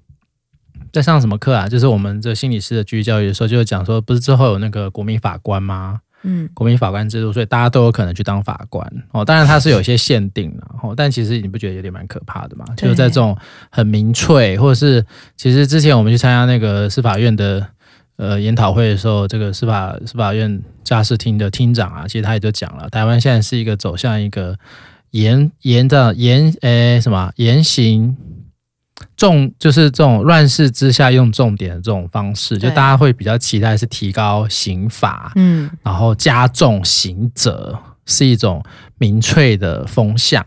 [SPEAKER 1] 在上什么课啊？就是我们这心理师的继续教育的时候，就有讲说，不是之后有那个国民法官吗？
[SPEAKER 2] 嗯
[SPEAKER 1] 国民法官制度，所以大家都有可能去当法官哦。当然它是有一些限定的哦，但其实你不觉得有点蛮可怕的吗？
[SPEAKER 2] 对
[SPEAKER 1] 就是在这种很民粹，或者是其实之前我们去参加那个司法院的呃研讨会的时候，这个司法司法院驾驶厅的厅长啊，其实他也就讲了，台湾现在是一个走向一个严严的严诶什么啊严刑。重就是这种乱世之下用重点的这种方式，就
[SPEAKER 2] 对
[SPEAKER 1] 大家会比较期待是提高刑法，
[SPEAKER 2] 嗯
[SPEAKER 1] 然后加重刑责是一种明确的风向。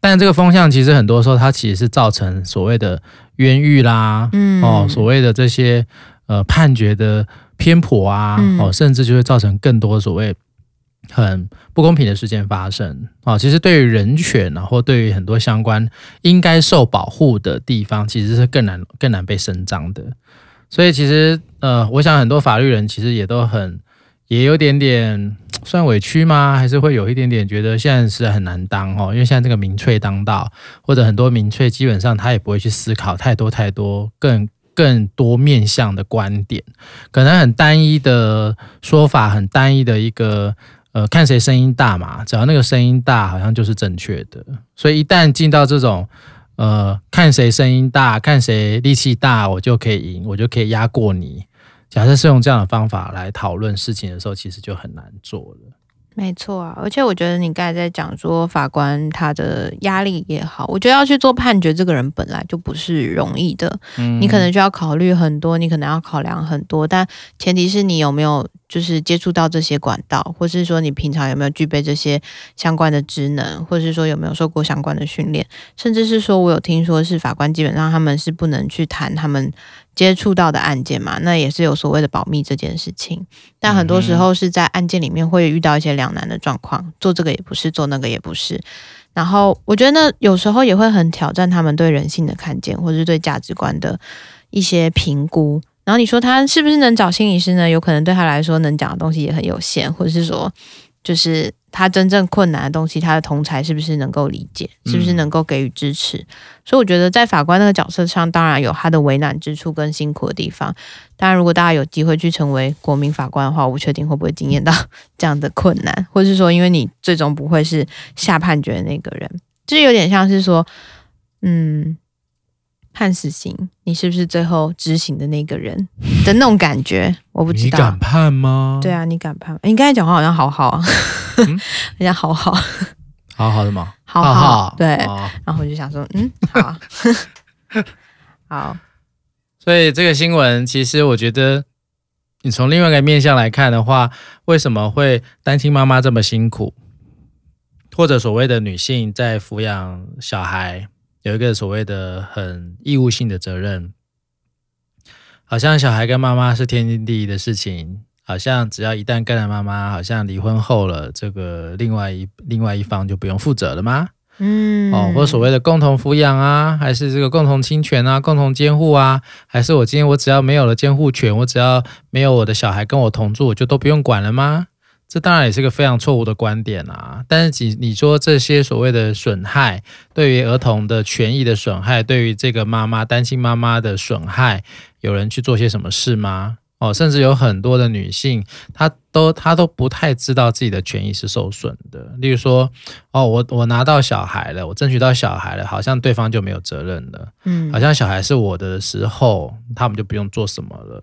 [SPEAKER 1] 但这个风向其实很多时候它其实是造成所谓的冤狱啦，
[SPEAKER 2] 嗯
[SPEAKER 1] 哦，所谓的这些呃判决的偏颇啊，
[SPEAKER 2] 嗯
[SPEAKER 1] 哦，甚至就会造成更多所谓很不公平的事件发生哦。其实对于人权啊，或对于很多相关应该受保护的地方，其实是更难更难被伸张的。所以其实呃，我想很多法律人其实也都很也有点点算委屈吗？还是会有一点点觉得现在是很难当哦，因为现在这个民粹当道，或者很多民粹基本上他也不会去思考太多太多更更多面向的观点，可能很单一的说法，很单一的一个。呃，看谁声音大嘛，只要那个声音大，好像就是正确的。所以一旦进到这种，呃，看谁声音大，看谁力气大，我就可以赢，我就可以压过你。假设是用这样的方法来讨论事情的时候，其实就很难做了。
[SPEAKER 2] 没错啊，而且我觉得你刚才在讲说法官他的压力也好，我觉得要去做判决，这个人本来就不是容易的，
[SPEAKER 1] 嗯
[SPEAKER 2] 你可能就要考虑很多，你可能要考量很多，但前提是你有没有就是接触到这些管道，或是说你平常有没有具备这些相关的职能，或是说有没有受过相关的训练，甚至是说我有听说是法官基本上他们是不能去谈他们接触到的案件嘛，那也是有所谓的保密这件事情，但很多时候是在案件里面会遇到一些两难的状况，做这个也不是，做那个也不是，然后我觉得那有时候也会很挑战他们对人性的看见，或是对价值观的一些评估。然后你说他是不是能找心理师呢？有可能对他来说能讲的东西也很有限，或者是说，就是他真正困难的东西，他的同才是不是能够理解，
[SPEAKER 1] 嗯
[SPEAKER 2] 是不是能够给予支持？所以我觉得在法官那个角色上，当然有他的为难之处跟辛苦的地方。当然，如果大家有机会去成为国民法官的话，我不确定会不会经验到 <laughs> 这样的困难，或是说，因为你最终不会是下判决的那个人，就是有点像是说，嗯，判死刑，你是不是最后执行的那个人的那种感觉？我不知
[SPEAKER 1] 你
[SPEAKER 2] 道
[SPEAKER 1] 敢。判吗？
[SPEAKER 2] 对，啊，你敢判吗？诶你刚才讲话好像好好啊，
[SPEAKER 1] 嗯
[SPEAKER 2] 人家好好，
[SPEAKER 1] 好好的嘛，
[SPEAKER 2] 好
[SPEAKER 1] 好
[SPEAKER 2] 啊好，对。
[SPEAKER 1] 哦
[SPEAKER 2] 然后我就想说，嗯，好 <laughs> 啊、好，
[SPEAKER 1] 所以这个新闻，其实我觉得，你从另外一个面向来看的话，为什么会单亲妈妈这么辛苦，或者所谓的女性在抚养小孩有一个所谓的很义务性的责任，好像小孩跟妈妈是天经地义的事情，好像只要一旦跟了妈妈，好像离婚后了，这个另外一另外一方就不用负责了吗？
[SPEAKER 2] 嗯，
[SPEAKER 1] 哦，或者所谓的共同抚养啊，还是这个共同侵权啊、共同监护啊，还是我今天我只要没有了监护权，我只要没有我的小孩跟我同住，我就都不用管了吗？这当然也是个非常错误的观点啊。但是你你说这些所谓的损害，对于儿童的权益的损害，对于这个妈妈单亲妈妈的损害，有人去做些什么事吗？哦，甚至有很多的女性，她都她都不太知道自己的权益是受损的。例如说，哦，我我拿到小孩了，我争取到小孩了，好像对方就没有责任了，
[SPEAKER 2] 嗯
[SPEAKER 1] 好像小孩是我的时候，他们就不用做什么了。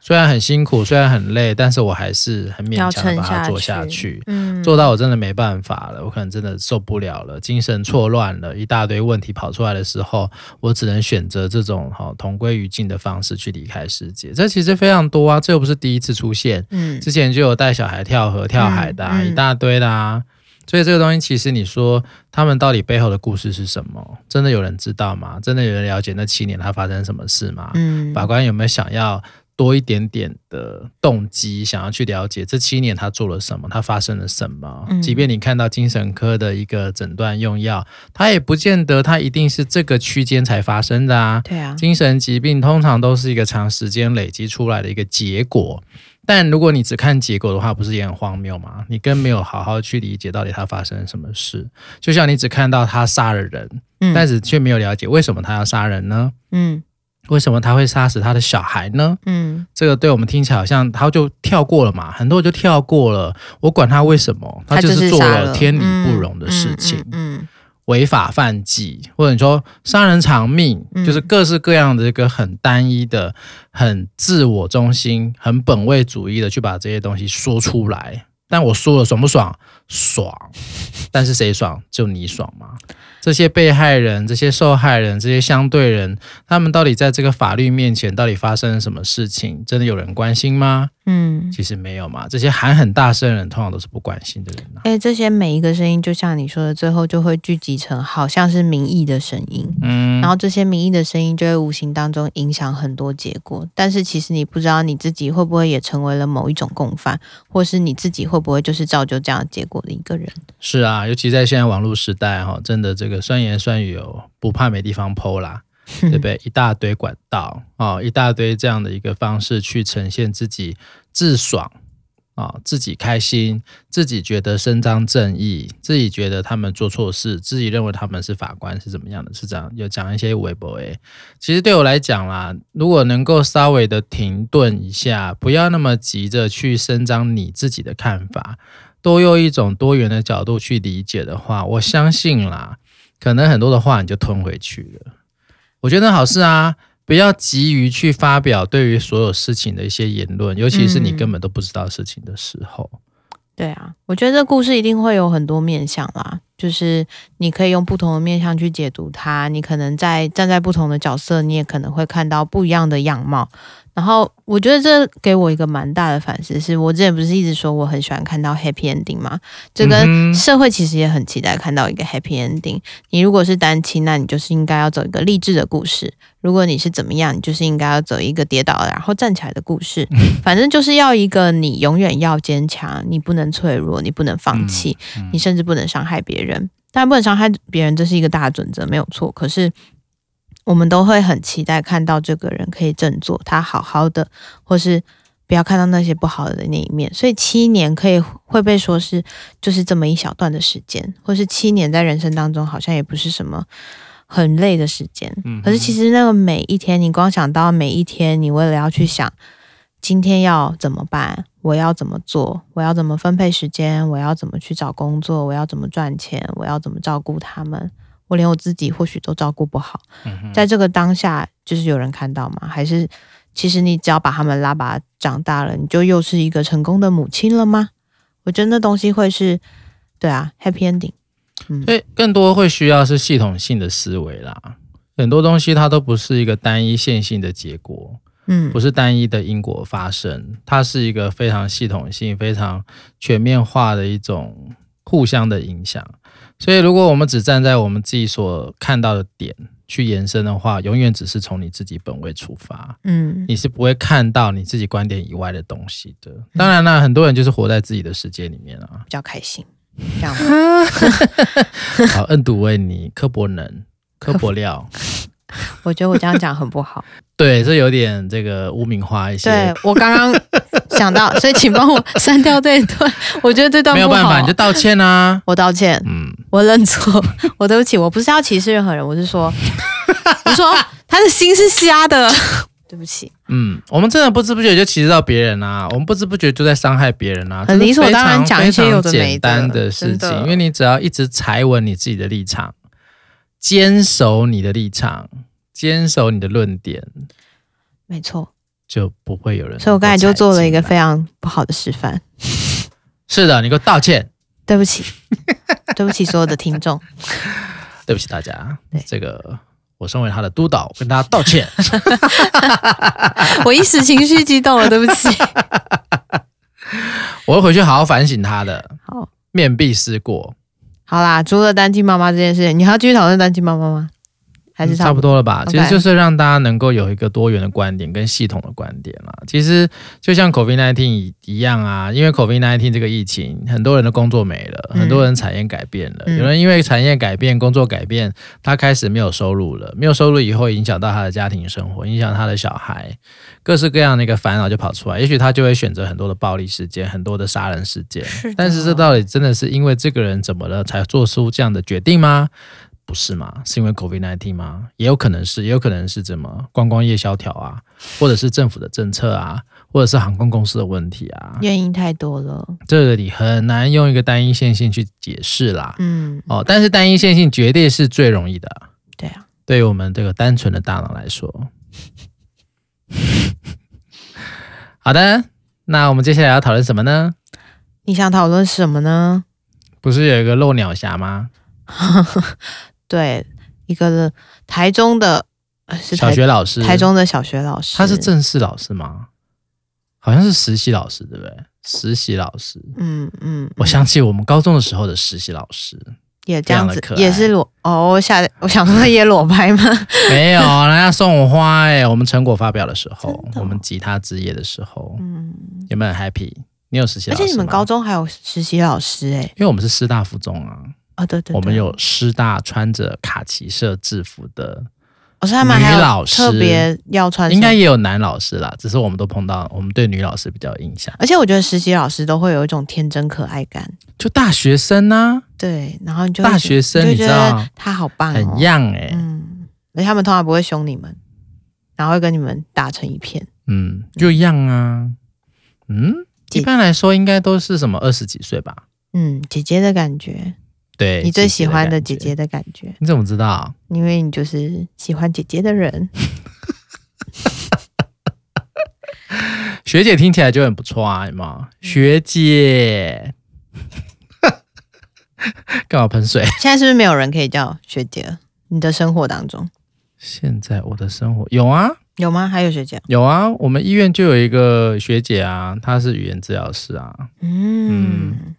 [SPEAKER 1] 虽然很辛苦，虽然很累，但是我还是很勉
[SPEAKER 2] 要
[SPEAKER 1] 强的把
[SPEAKER 2] 撑
[SPEAKER 1] 它
[SPEAKER 2] 下
[SPEAKER 1] 做下去。
[SPEAKER 2] 嗯，
[SPEAKER 1] 做到我真的没办法了，我可能真的受不了了，精神错乱了，一大堆问题跑出来的时候，我只能选择这种哈、哦同归于尽的方式去离开世界。这其实非常多啊，这又不是第一次出现，
[SPEAKER 2] 嗯
[SPEAKER 1] 之前就有带小孩跳河、跳海的、啊
[SPEAKER 2] 嗯嗯
[SPEAKER 1] 一大堆的啊。所以这个东西，其实你说他们到底背后的故事是什么？真的有人知道吗？真的有人了解那七年他发生什么事吗？
[SPEAKER 2] 嗯
[SPEAKER 1] 法官有没有想要多一点点的动机，想要去了解这七年他做了什么，他发生了什么？
[SPEAKER 2] 嗯
[SPEAKER 1] 即便你看到精神科的一个诊断用药，它也不见得它一定是这个区间才发生的啊。
[SPEAKER 2] 对啊，
[SPEAKER 1] 精神疾病通常都是一个长时间累积出来的一个结果。但如果你只看结果的话，不是也很荒谬吗？你更没有好好去理解到底他发生了什么事。就像你只看到他杀了人，
[SPEAKER 2] 嗯
[SPEAKER 1] 但是却没有了解为什么他要杀人呢？
[SPEAKER 2] 嗯
[SPEAKER 1] 为什么他会杀死他的小孩呢？
[SPEAKER 2] 嗯
[SPEAKER 1] 这个对我们听起来好像他就跳过了嘛，很多人就跳过了。我管他为什么，
[SPEAKER 2] 他
[SPEAKER 1] 就
[SPEAKER 2] 就是
[SPEAKER 1] 做
[SPEAKER 2] 杀
[SPEAKER 1] 了天理不
[SPEAKER 2] 嗯
[SPEAKER 1] 容的事
[SPEAKER 2] 嗯
[SPEAKER 1] 情。
[SPEAKER 2] 嗯
[SPEAKER 1] 违法犯纪，或者你说杀人偿命，
[SPEAKER 2] 嗯
[SPEAKER 1] 就是各式各样的一个很单一的、很自我中心、很本位主义的去把这些东西说出来。但我说了爽不爽？爽，但是谁爽？就你爽吗？这些被害人、这些受害人、这些相对人，他们到底在这个法律面前到底发生了什么事情？真的有人关心吗？
[SPEAKER 2] 嗯嗯，
[SPEAKER 1] 其实没有嘛。这些喊很大声的人，通常都是不关心的人、啊、
[SPEAKER 2] 哎、这些每一个声音，就像你说的，最后就会聚集成好像是民意的声音。
[SPEAKER 1] 嗯
[SPEAKER 2] 然后这些民意的声音就会无形当中影响很多结果，但是其实你不知道你自己会不会也成为了某一种共犯，或是你自己会不会就是造就这样的结果的一个人。 <laughs>
[SPEAKER 1] 是啊，尤其在现在网络时代哈，真的这个酸言酸语哦，不怕没地方剖啦，
[SPEAKER 2] 嗯
[SPEAKER 1] 对不对？一大堆管道哦，一大堆这样的一个方式去呈现自己自爽啊、哦自己开心，自己觉得伸张正义，自己觉得他们做错事，自己认为他们是法官是怎么样的，是这样有讲一些微博诶。其实对我来讲啦，如果能够稍微的停顿一下，不要那么急着去伸张你自己的看法，多用一种多元的角度去理解的话，我相信啦，可能很多的话你就吞回去了。我觉得好事啊，不要急于去发表对于所有事情的一些言论，尤其是你
[SPEAKER 2] 嗯
[SPEAKER 1] 根本都不知道事情的时候。
[SPEAKER 2] 对啊，我觉得这故事一定会有很多面向啦，就是你可以用不同的面向去解读它，你可能在站在不同的角色，你也可能会看到不一样的样貌。然后我觉得这给我一个蛮大的反思是，我之前不是一直说我很喜欢看到 happy ending 吗？这
[SPEAKER 1] 嗯
[SPEAKER 2] 跟
[SPEAKER 1] 哼
[SPEAKER 2] 社会其实也很期待看到一个 happy ending。你如果是单亲，那你就是应该要走一个励志的故事；如果你是怎么样，你就是应该要走一个跌倒然后站起来的故事。
[SPEAKER 1] 嗯
[SPEAKER 2] 反正就是要一个你永远要坚强，你不能脆弱，你不能放弃，
[SPEAKER 1] 嗯
[SPEAKER 2] 你甚至不能伤害别人。当然不能伤害别人，这是一个大准则，没有错。可是我们都会很期待看到这个人可以振作，他好好的，或是不要看到那些不好的那一面。所以七年可以会被说是就是这么一小段的时间，或是七年在人生当中好像也不是什么。很累的时间，
[SPEAKER 1] 嗯哼
[SPEAKER 2] 可是其实那个每一天，你光想到每一天，你为了要去想今天要怎么办？我要怎么做？我要怎么分配时间？我要怎么去找工作？我要怎么赚钱？我要怎么照顾他们？我连我自己或许都照顾不好。
[SPEAKER 1] 嗯哼
[SPEAKER 2] 在这个当下，就是有人看到吗？还是其实你只要把他们拉拔长大了，你就又是一个成功的母亲了吗？我觉得那东西会是，对啊，happy ending。
[SPEAKER 1] 所以更多会需要是系统性的思维啦。很多东西它都不是一个单一线性的结果，
[SPEAKER 2] 嗯
[SPEAKER 1] 不是单一的因果发生，它是一个非常系统性、非常全面化的一种互相的影响。所以，如果我们只站在我们自己所看到的点去延伸的话，永远只是从你自己本位出发，
[SPEAKER 2] 嗯
[SPEAKER 1] 你是不会看到你自己观点以外的东西的。当然啦，很多人就是活在自己的世界里面
[SPEAKER 2] <laughs>
[SPEAKER 1] 啊。
[SPEAKER 2] 比较开心，这样吗。
[SPEAKER 1] 好，恩笃为你，科博能，科博
[SPEAKER 2] <laughs>
[SPEAKER 1] 料。
[SPEAKER 2] <laughs> 我觉得我这样讲很不
[SPEAKER 1] <laughs>
[SPEAKER 2] 好。
[SPEAKER 1] 对，这有点这个污名化一些
[SPEAKER 2] 对，我刚刚想到， <laughs> 所以请帮我删掉这一段。 <laughs> 我觉得这段
[SPEAKER 1] 没有
[SPEAKER 2] 不
[SPEAKER 1] 办法，
[SPEAKER 2] 好
[SPEAKER 1] 你就道歉啊。
[SPEAKER 2] 我道歉，
[SPEAKER 1] 嗯，
[SPEAKER 2] 我认错， <laughs> 我对不起，我不是要歧视任何人，我是说， <laughs> 我说他的心是瞎的， <laughs> 对不起，
[SPEAKER 1] 嗯，我们真的不知不觉就歧视到别人啦、我们不知不觉就在伤害别人啦、
[SPEAKER 2] 很理所
[SPEAKER 1] 这是非常
[SPEAKER 2] 当然讲一些有的
[SPEAKER 1] 非常
[SPEAKER 2] 没
[SPEAKER 1] 简
[SPEAKER 2] 的
[SPEAKER 1] 单的事
[SPEAKER 2] 真
[SPEAKER 1] 情
[SPEAKER 2] 的，
[SPEAKER 1] 因为你只要一直踩稳你自己的立场，坚守你的立场，坚守你的论点，
[SPEAKER 2] 没错，
[SPEAKER 1] 就不会有人。
[SPEAKER 2] 所以我刚才就做了一个，非常不好的示范，
[SPEAKER 1] 是的，你给我道歉，
[SPEAKER 2] 对不起， <laughs> 对不起所有的听众，
[SPEAKER 1] 对不起大家
[SPEAKER 2] 对。
[SPEAKER 1] 这个我身为他的督导，我跟大家道
[SPEAKER 2] <laughs>
[SPEAKER 1] 歉。
[SPEAKER 2] <laughs> 我一时情绪激动了，对不起。
[SPEAKER 1] 我会回去好好反省他的，
[SPEAKER 2] 好，
[SPEAKER 1] 面壁思过，
[SPEAKER 2] <laughs> 好啦，除了单亲妈妈这件事情，你还要继续讨论单亲妈妈吗？还是
[SPEAKER 1] 嗯差
[SPEAKER 2] 不
[SPEAKER 1] 不
[SPEAKER 2] 多？
[SPEAKER 1] 多了吧？
[SPEAKER 2] OK
[SPEAKER 1] 其实就是让大家能够有一个多元的观点跟系统的观点啦。其实就像 COVID 1 9一一样啊，因为 COVID 1 9这个疫情，很多人的工作没了，
[SPEAKER 2] 嗯
[SPEAKER 1] 很多人产业改变了，
[SPEAKER 2] 嗯
[SPEAKER 1] 有人因为产业改变、工作改变，他开始没有收入了，没有收入以后影响到他的家庭生活，影响他的小孩，各式各样的一个烦恼就跑出来，也许他就会选择很多的暴力事件、很多的杀人事件。
[SPEAKER 2] 是的
[SPEAKER 1] 但是这到底真的是因为这个人怎么了才做出这样的决定吗？不是吗？是因为 COVID 1 9吗？也有可能是，也有可能是怎么观光业萧条啊，或者是政府的政策啊，或者是航空公司的问题啊，
[SPEAKER 2] 原因太多了，
[SPEAKER 1] 这里很难用一个单一线性去解释啦。
[SPEAKER 2] 嗯，
[SPEAKER 1] 哦，但是单一线性绝对是最容易的，
[SPEAKER 2] 对啊，
[SPEAKER 1] 对于我们这个单纯的大脑来说。 <laughs> 好的，那我们接下来要讨论什么呢？
[SPEAKER 2] 你想讨论什么呢？ <laughs>
[SPEAKER 1] 不是有一个漏鸟侠吗？
[SPEAKER 2] 对，一个台中的呃是
[SPEAKER 1] 小
[SPEAKER 2] 台
[SPEAKER 1] 学老师，
[SPEAKER 2] 台中的小学老师，
[SPEAKER 1] 他是正式老师吗？好像是实习老师，对不对？实习老师，
[SPEAKER 2] 嗯嗯，
[SPEAKER 1] 我想起我们高中的时候的实习老
[SPEAKER 2] <laughs>
[SPEAKER 1] 师，
[SPEAKER 2] 也这样
[SPEAKER 1] 非
[SPEAKER 2] 子
[SPEAKER 1] 常的，可啊
[SPEAKER 2] 也是裸哦，我想我想说也裸拍吗？
[SPEAKER 1] <laughs> 没有，人家送我花哎、我们成果发表的时候，
[SPEAKER 2] 真的哦
[SPEAKER 1] 我们吉他之夜的时候，
[SPEAKER 2] 嗯，
[SPEAKER 1] 有没有很 happy？你有实习
[SPEAKER 2] 而
[SPEAKER 1] 老师
[SPEAKER 2] 且
[SPEAKER 1] 吗
[SPEAKER 2] 你们高，中还有实习老师哎、
[SPEAKER 1] 因为我们是师大附中啊，
[SPEAKER 2] 哦对对对，
[SPEAKER 1] 我们有师大穿着卡其色制服的，
[SPEAKER 2] 我哦是他们还
[SPEAKER 1] 女老
[SPEAKER 2] 有
[SPEAKER 1] 师
[SPEAKER 2] 特别要穿什
[SPEAKER 1] 应
[SPEAKER 2] 么，
[SPEAKER 1] 该也有男老师啦，只是我们都碰到，我们对女老师比较有印象，
[SPEAKER 2] 而且我觉得实习老师都会有一种天真可爱感，
[SPEAKER 1] 就大学生啊呐、
[SPEAKER 2] 对，然后你就会
[SPEAKER 1] 大学生
[SPEAKER 2] 你
[SPEAKER 1] 你
[SPEAKER 2] 就
[SPEAKER 1] 知
[SPEAKER 2] 觉
[SPEAKER 1] 道
[SPEAKER 2] 得他好棒、哦，
[SPEAKER 1] 很样哎、
[SPEAKER 2] 嗯，而且他们通常不会凶你们，然后会跟你们打成一片。
[SPEAKER 1] 嗯，就一样啊，嗯，
[SPEAKER 2] 姐
[SPEAKER 1] 一般来说应该都是什么二十几岁吧？
[SPEAKER 2] 嗯，姐姐的感觉，
[SPEAKER 1] 对，
[SPEAKER 2] 你最喜欢的姐
[SPEAKER 1] 姐
[SPEAKER 2] 姐
[SPEAKER 1] 姐感觉，
[SPEAKER 2] 的感觉，
[SPEAKER 1] 你怎么知道？
[SPEAKER 2] 因为你就是喜欢姐姐的人。 <laughs> 嗯
[SPEAKER 1] 学姐听起来就很不错啊，有没有？学姐， <laughs> 干嘛喷水？
[SPEAKER 2] 现在是不是没有人可以叫学姐了？你的生活当中
[SPEAKER 1] 现在我的生活有啊
[SPEAKER 2] 有吗？还有学姐？
[SPEAKER 1] 有啊，我们医院就有一个学姐啊，她是语言治疗师啊，
[SPEAKER 2] 嗯，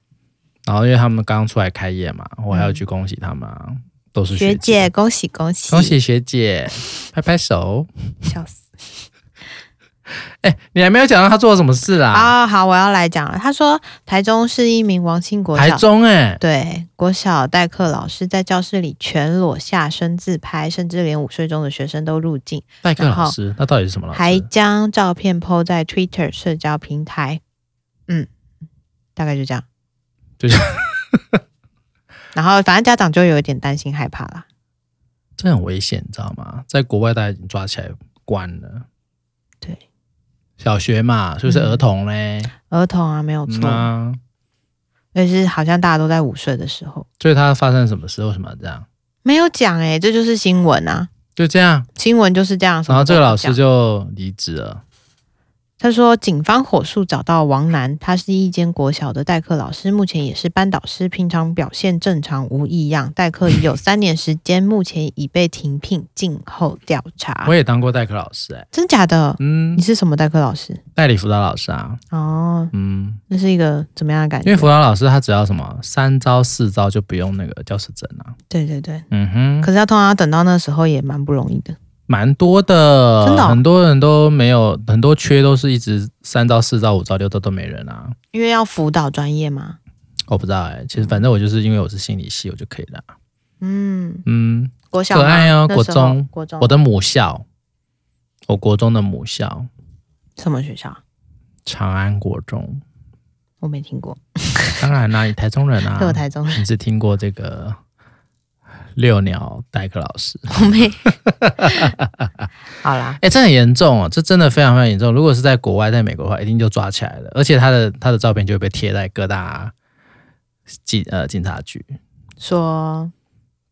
[SPEAKER 1] 然后因为他们刚出来开业嘛，我还要去恭喜他们啊，都是
[SPEAKER 2] 学姐，
[SPEAKER 1] 姐，
[SPEAKER 2] 恭喜恭喜
[SPEAKER 1] 恭！喜学姐，拍拍手。哎
[SPEAKER 2] 笑死！
[SPEAKER 1] 你还没有讲到她做了什么事啦？
[SPEAKER 2] 啊、好，我要来讲了。他说，台中是一名王清国
[SPEAKER 1] 台
[SPEAKER 2] 小
[SPEAKER 1] 中哎、
[SPEAKER 2] 对，国小代课老师在教室里全裸下身自拍，甚至连午睡中的学生都入镜，
[SPEAKER 1] 代课
[SPEAKER 2] 然后
[SPEAKER 1] 老师，那到底是什么老
[SPEAKER 2] 还
[SPEAKER 1] 师？
[SPEAKER 2] 将照片 PO 在 Twitter 社交平台。嗯，大概就这样。
[SPEAKER 1] 就这。
[SPEAKER 2] <laughs> 然后，反正家长就有一点担心害怕啦。
[SPEAKER 1] 这很危险，你知道吗？在国外大家已经抓起来关了。
[SPEAKER 2] 对，
[SPEAKER 1] 小学嘛，是不是
[SPEAKER 2] 嗯
[SPEAKER 1] 儿童嘞？
[SPEAKER 2] 儿童啊，没有
[SPEAKER 1] 嗯
[SPEAKER 2] 错，
[SPEAKER 1] 啊，
[SPEAKER 2] 但是好像大家都在午睡的时候
[SPEAKER 1] 所以他发生什么事？为什么要这样？
[SPEAKER 2] 没有讲哎、这就是新闻啊，
[SPEAKER 1] 就这样，
[SPEAKER 2] 新闻就是这样。什
[SPEAKER 1] 然
[SPEAKER 2] 么
[SPEAKER 1] 后
[SPEAKER 2] 都
[SPEAKER 1] 这个
[SPEAKER 2] 不
[SPEAKER 1] 老师
[SPEAKER 2] 讲
[SPEAKER 1] 就离职了。
[SPEAKER 2] 他说，警方火速找到王楠，他是一间国小的代课老师，目前也是班导师，平常表现正常无异样，代课
[SPEAKER 1] <laughs>
[SPEAKER 2] 已有三年时间，目前已被停聘，静候调查
[SPEAKER 1] 我。也当过代课老师、欸，哎，
[SPEAKER 2] 真假的？
[SPEAKER 1] 嗯
[SPEAKER 2] 你，是什么代课老师？
[SPEAKER 1] 代理辅导老师啊，
[SPEAKER 2] 哦，
[SPEAKER 1] 嗯，
[SPEAKER 2] 那是一个怎么样的感
[SPEAKER 1] 因为
[SPEAKER 2] 觉？
[SPEAKER 1] 辅导老师他只要什么三招四招就不用那个教师证啊，
[SPEAKER 2] 对对对，
[SPEAKER 1] 嗯哼，
[SPEAKER 2] 可是要通常要等到那时候也蛮不容易的。
[SPEAKER 1] 蛮多的，
[SPEAKER 2] 真的哦
[SPEAKER 1] 很多人都没有，很多缺都是一直三招四招五招六招都没人啊，
[SPEAKER 2] 因为要辅导专业嘛。
[SPEAKER 1] 我不知道哎、其实反正我就是因为我是心理系，我就可以了。
[SPEAKER 2] 嗯，
[SPEAKER 1] 嗯，
[SPEAKER 2] 国小
[SPEAKER 1] 可
[SPEAKER 2] 吗
[SPEAKER 1] 爱哦
[SPEAKER 2] 那时
[SPEAKER 1] 国
[SPEAKER 2] 候
[SPEAKER 1] 中
[SPEAKER 2] 国中
[SPEAKER 1] 我的母校，我国中的母校
[SPEAKER 2] 什么学校？
[SPEAKER 1] 长安国中，
[SPEAKER 2] 我没听过，
[SPEAKER 1] 当然啦、你台中人啊，
[SPEAKER 2] <laughs> 对我台中人，
[SPEAKER 1] 你只听过这个六鸟代课老师，
[SPEAKER 2] 我
[SPEAKER 1] <laughs>
[SPEAKER 2] 没。 <laughs> 好啦，
[SPEAKER 1] 哎、这很严重哦，这真的非常非常严重。如果是在国外，在美国的话，一定就抓起来了，而且他的他的照片就会被贴在各大警呃警察局。
[SPEAKER 2] 说